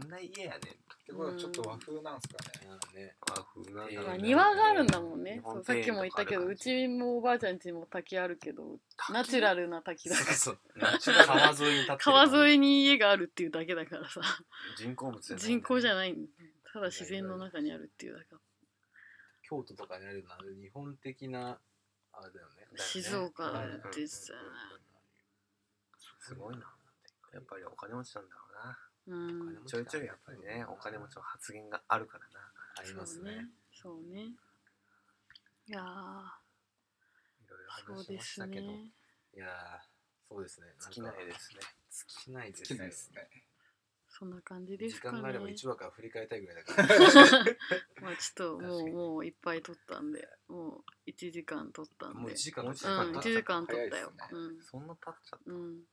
Speaker 3: どんな家やねん
Speaker 4: ってことはちょっと和風なんですかね。
Speaker 2: なんかね
Speaker 3: 和風なんだ
Speaker 1: ま
Speaker 3: ろ
Speaker 1: あ
Speaker 3: う
Speaker 2: え
Speaker 3: ね
Speaker 2: ー
Speaker 1: 庭があるんだもんね
Speaker 3: 日
Speaker 1: そ
Speaker 3: 本
Speaker 1: うさっきも言ったけどう
Speaker 3: 庭園とかある
Speaker 1: ちもおばあちゃんちも滝あるけど ナチュラルな滝だ
Speaker 2: そう
Speaker 1: から
Speaker 2: そう
Speaker 3: ナチュラル
Speaker 2: 川沿いに立ってる
Speaker 1: 川
Speaker 2: い
Speaker 1: 沿いに家があるっていうだけだからさ
Speaker 3: 人工物じゃない
Speaker 1: 人工じゃ
Speaker 3: ない
Speaker 1: ないんだねただ自然の中にあるっていうだけ
Speaker 2: 京都とかにあるような日本的なあれだよね
Speaker 3: だよね
Speaker 1: 静岡だって言ってたよね
Speaker 3: すごいなやっぱりお金持ちなんだろうな
Speaker 1: うん
Speaker 3: ちょいちょいやっぱりねお金持ちの発言があるからな
Speaker 2: ありますね
Speaker 1: そうねそうねいやー
Speaker 3: いろいろ
Speaker 1: そ
Speaker 3: 話
Speaker 1: う
Speaker 3: し
Speaker 1: で
Speaker 3: まし
Speaker 1: す
Speaker 3: た
Speaker 1: ね
Speaker 3: けど
Speaker 2: いやーそうですね
Speaker 3: 尽きないですすね
Speaker 2: 尽きないです
Speaker 4: 好きないですね。
Speaker 1: そんな感じで
Speaker 2: 時
Speaker 1: すかね
Speaker 2: 間があれば 一
Speaker 1: ま
Speaker 2: 話から振り返りたいぐら いだか
Speaker 1: あ
Speaker 2: ら
Speaker 1: ちょっとも
Speaker 2: 確か
Speaker 1: う
Speaker 2: に
Speaker 1: もういっぱい撮ったんでもう1時間撮ったん
Speaker 2: もう
Speaker 1: で
Speaker 2: 1時間経っち
Speaker 1: う
Speaker 2: ゃ
Speaker 1: ん
Speaker 2: った
Speaker 1: 1時間撮ったよ、
Speaker 4: 早いっす
Speaker 1: うん
Speaker 3: そんな経っちゃっ
Speaker 1: うん。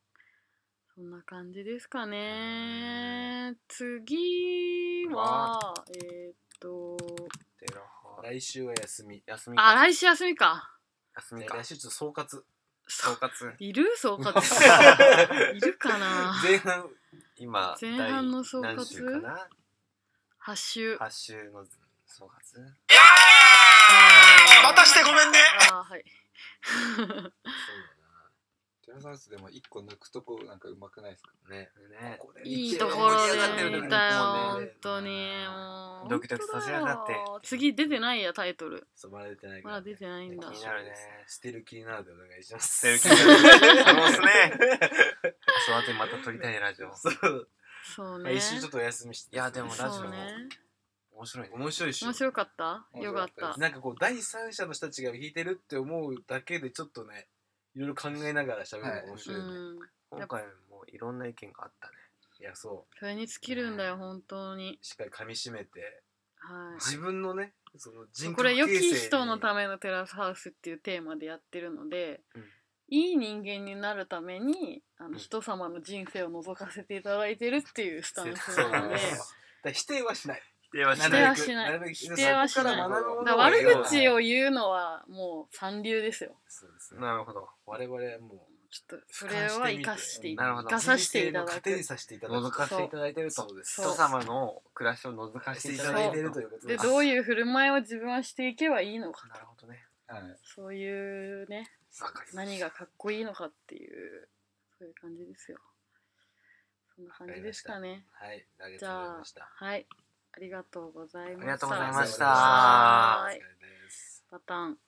Speaker 1: そんな感じですかね。次は、えーっと、
Speaker 3: てるは
Speaker 2: 来週は休み
Speaker 3: 休み
Speaker 1: あ、
Speaker 3: か
Speaker 1: 来週休みか。
Speaker 3: 休
Speaker 2: じ
Speaker 3: み
Speaker 2: ゃあ
Speaker 3: か
Speaker 2: 来週ちょっと総括
Speaker 1: そ
Speaker 3: 総
Speaker 1: う。
Speaker 3: 括
Speaker 1: いる総括。いるかな
Speaker 2: 前半
Speaker 3: 今
Speaker 1: 前半の総括
Speaker 3: 第何週かな
Speaker 1: ?8 週。
Speaker 3: 8週の総括
Speaker 1: またしてごめんねあーはい。
Speaker 4: テラスハウスでも一個抜くとこなんかうまくないですか。
Speaker 2: ね
Speaker 3: ね
Speaker 1: いいところ
Speaker 3: 盛り上がってる
Speaker 1: で
Speaker 3: ね
Speaker 1: 見たよ、
Speaker 3: もう
Speaker 1: 本
Speaker 3: ね
Speaker 1: 当に。もう。
Speaker 3: ドキドキさせやがって
Speaker 1: 本当だよ次出てないや、タイトル。
Speaker 2: そうまだ出てないか
Speaker 1: ま
Speaker 2: ら、
Speaker 1: だ出てないん
Speaker 3: 気
Speaker 1: だ。
Speaker 3: になるね
Speaker 2: 捨てる気になるでお願いします
Speaker 3: 捨てる気に なる そうっすねその後にまた撮りたいねラジオ
Speaker 2: そう、
Speaker 1: そう
Speaker 2: まあ
Speaker 1: ね。
Speaker 2: 一週ちょっとお休みして
Speaker 3: いやでもラジ
Speaker 1: そうね。
Speaker 3: 面白いね
Speaker 2: 面白いっしょ
Speaker 1: 面白かった
Speaker 4: 面
Speaker 1: よ
Speaker 4: 白
Speaker 1: か
Speaker 4: か
Speaker 1: っ
Speaker 4: った
Speaker 1: た。
Speaker 2: なんかこう第三者の人たちが弾いてるって思うだけでちょっとねいろいろ考えながら喋るのが面
Speaker 1: う
Speaker 2: 白いよね、
Speaker 1: ん。
Speaker 3: 今回もいろんな意見があったね
Speaker 2: いやそ
Speaker 1: それに尽きるんだよ、本当に。
Speaker 2: うしっかり噛み締めて
Speaker 1: は
Speaker 2: 自分のねその人
Speaker 1: い。
Speaker 2: 格
Speaker 1: これ、良
Speaker 2: 形成
Speaker 1: き
Speaker 2: に
Speaker 1: 人のためのテラスハウスっていうテーマでやってるので、
Speaker 3: うん
Speaker 1: いい人間になるためにあの、
Speaker 3: うん
Speaker 1: 人様の人生を覗かせていただいてるっていうスタンス
Speaker 2: そう
Speaker 1: な
Speaker 2: だ
Speaker 1: の
Speaker 2: ね
Speaker 1: で、
Speaker 2: だから否定はしない
Speaker 3: 否定は
Speaker 1: しない
Speaker 2: るべく
Speaker 1: 否定はしない定はしない
Speaker 2: るべく否そこから学ぶも
Speaker 1: だ
Speaker 2: の
Speaker 1: から
Speaker 2: 得よう
Speaker 1: 悪口を言うのはもう三流ですよ。
Speaker 2: そうですね
Speaker 3: なるほど
Speaker 2: 我々はもう
Speaker 1: ちょっとそれは生かしてい
Speaker 3: なるほ
Speaker 1: 生
Speaker 3: ど
Speaker 1: かさせていただ
Speaker 2: 人生の
Speaker 1: く
Speaker 2: 糧に。させていただく
Speaker 3: 覗かせていただいてると
Speaker 2: そうです
Speaker 1: そう
Speaker 3: 人様の暮らしを覗かせ
Speaker 2: して
Speaker 3: て
Speaker 2: い
Speaker 3: い
Speaker 2: た
Speaker 3: た
Speaker 2: だ
Speaker 3: だ
Speaker 2: い
Speaker 3: い
Speaker 2: て
Speaker 3: て
Speaker 2: いる
Speaker 3: ると
Speaker 2: ということ
Speaker 1: で、
Speaker 2: です
Speaker 1: どういう振る舞いを自分はしていけばいいのか
Speaker 3: なるほどね
Speaker 4: はい。
Speaker 1: そういうね、
Speaker 3: わかりま
Speaker 1: 何がかっこいいのかっていうそういう感じですよそんな感じですかね
Speaker 2: はいありがとうございました
Speaker 1: はいありがとうございました
Speaker 3: ありがとうございました
Speaker 1: は
Speaker 2: お疲
Speaker 1: ーい
Speaker 2: れです
Speaker 1: パターン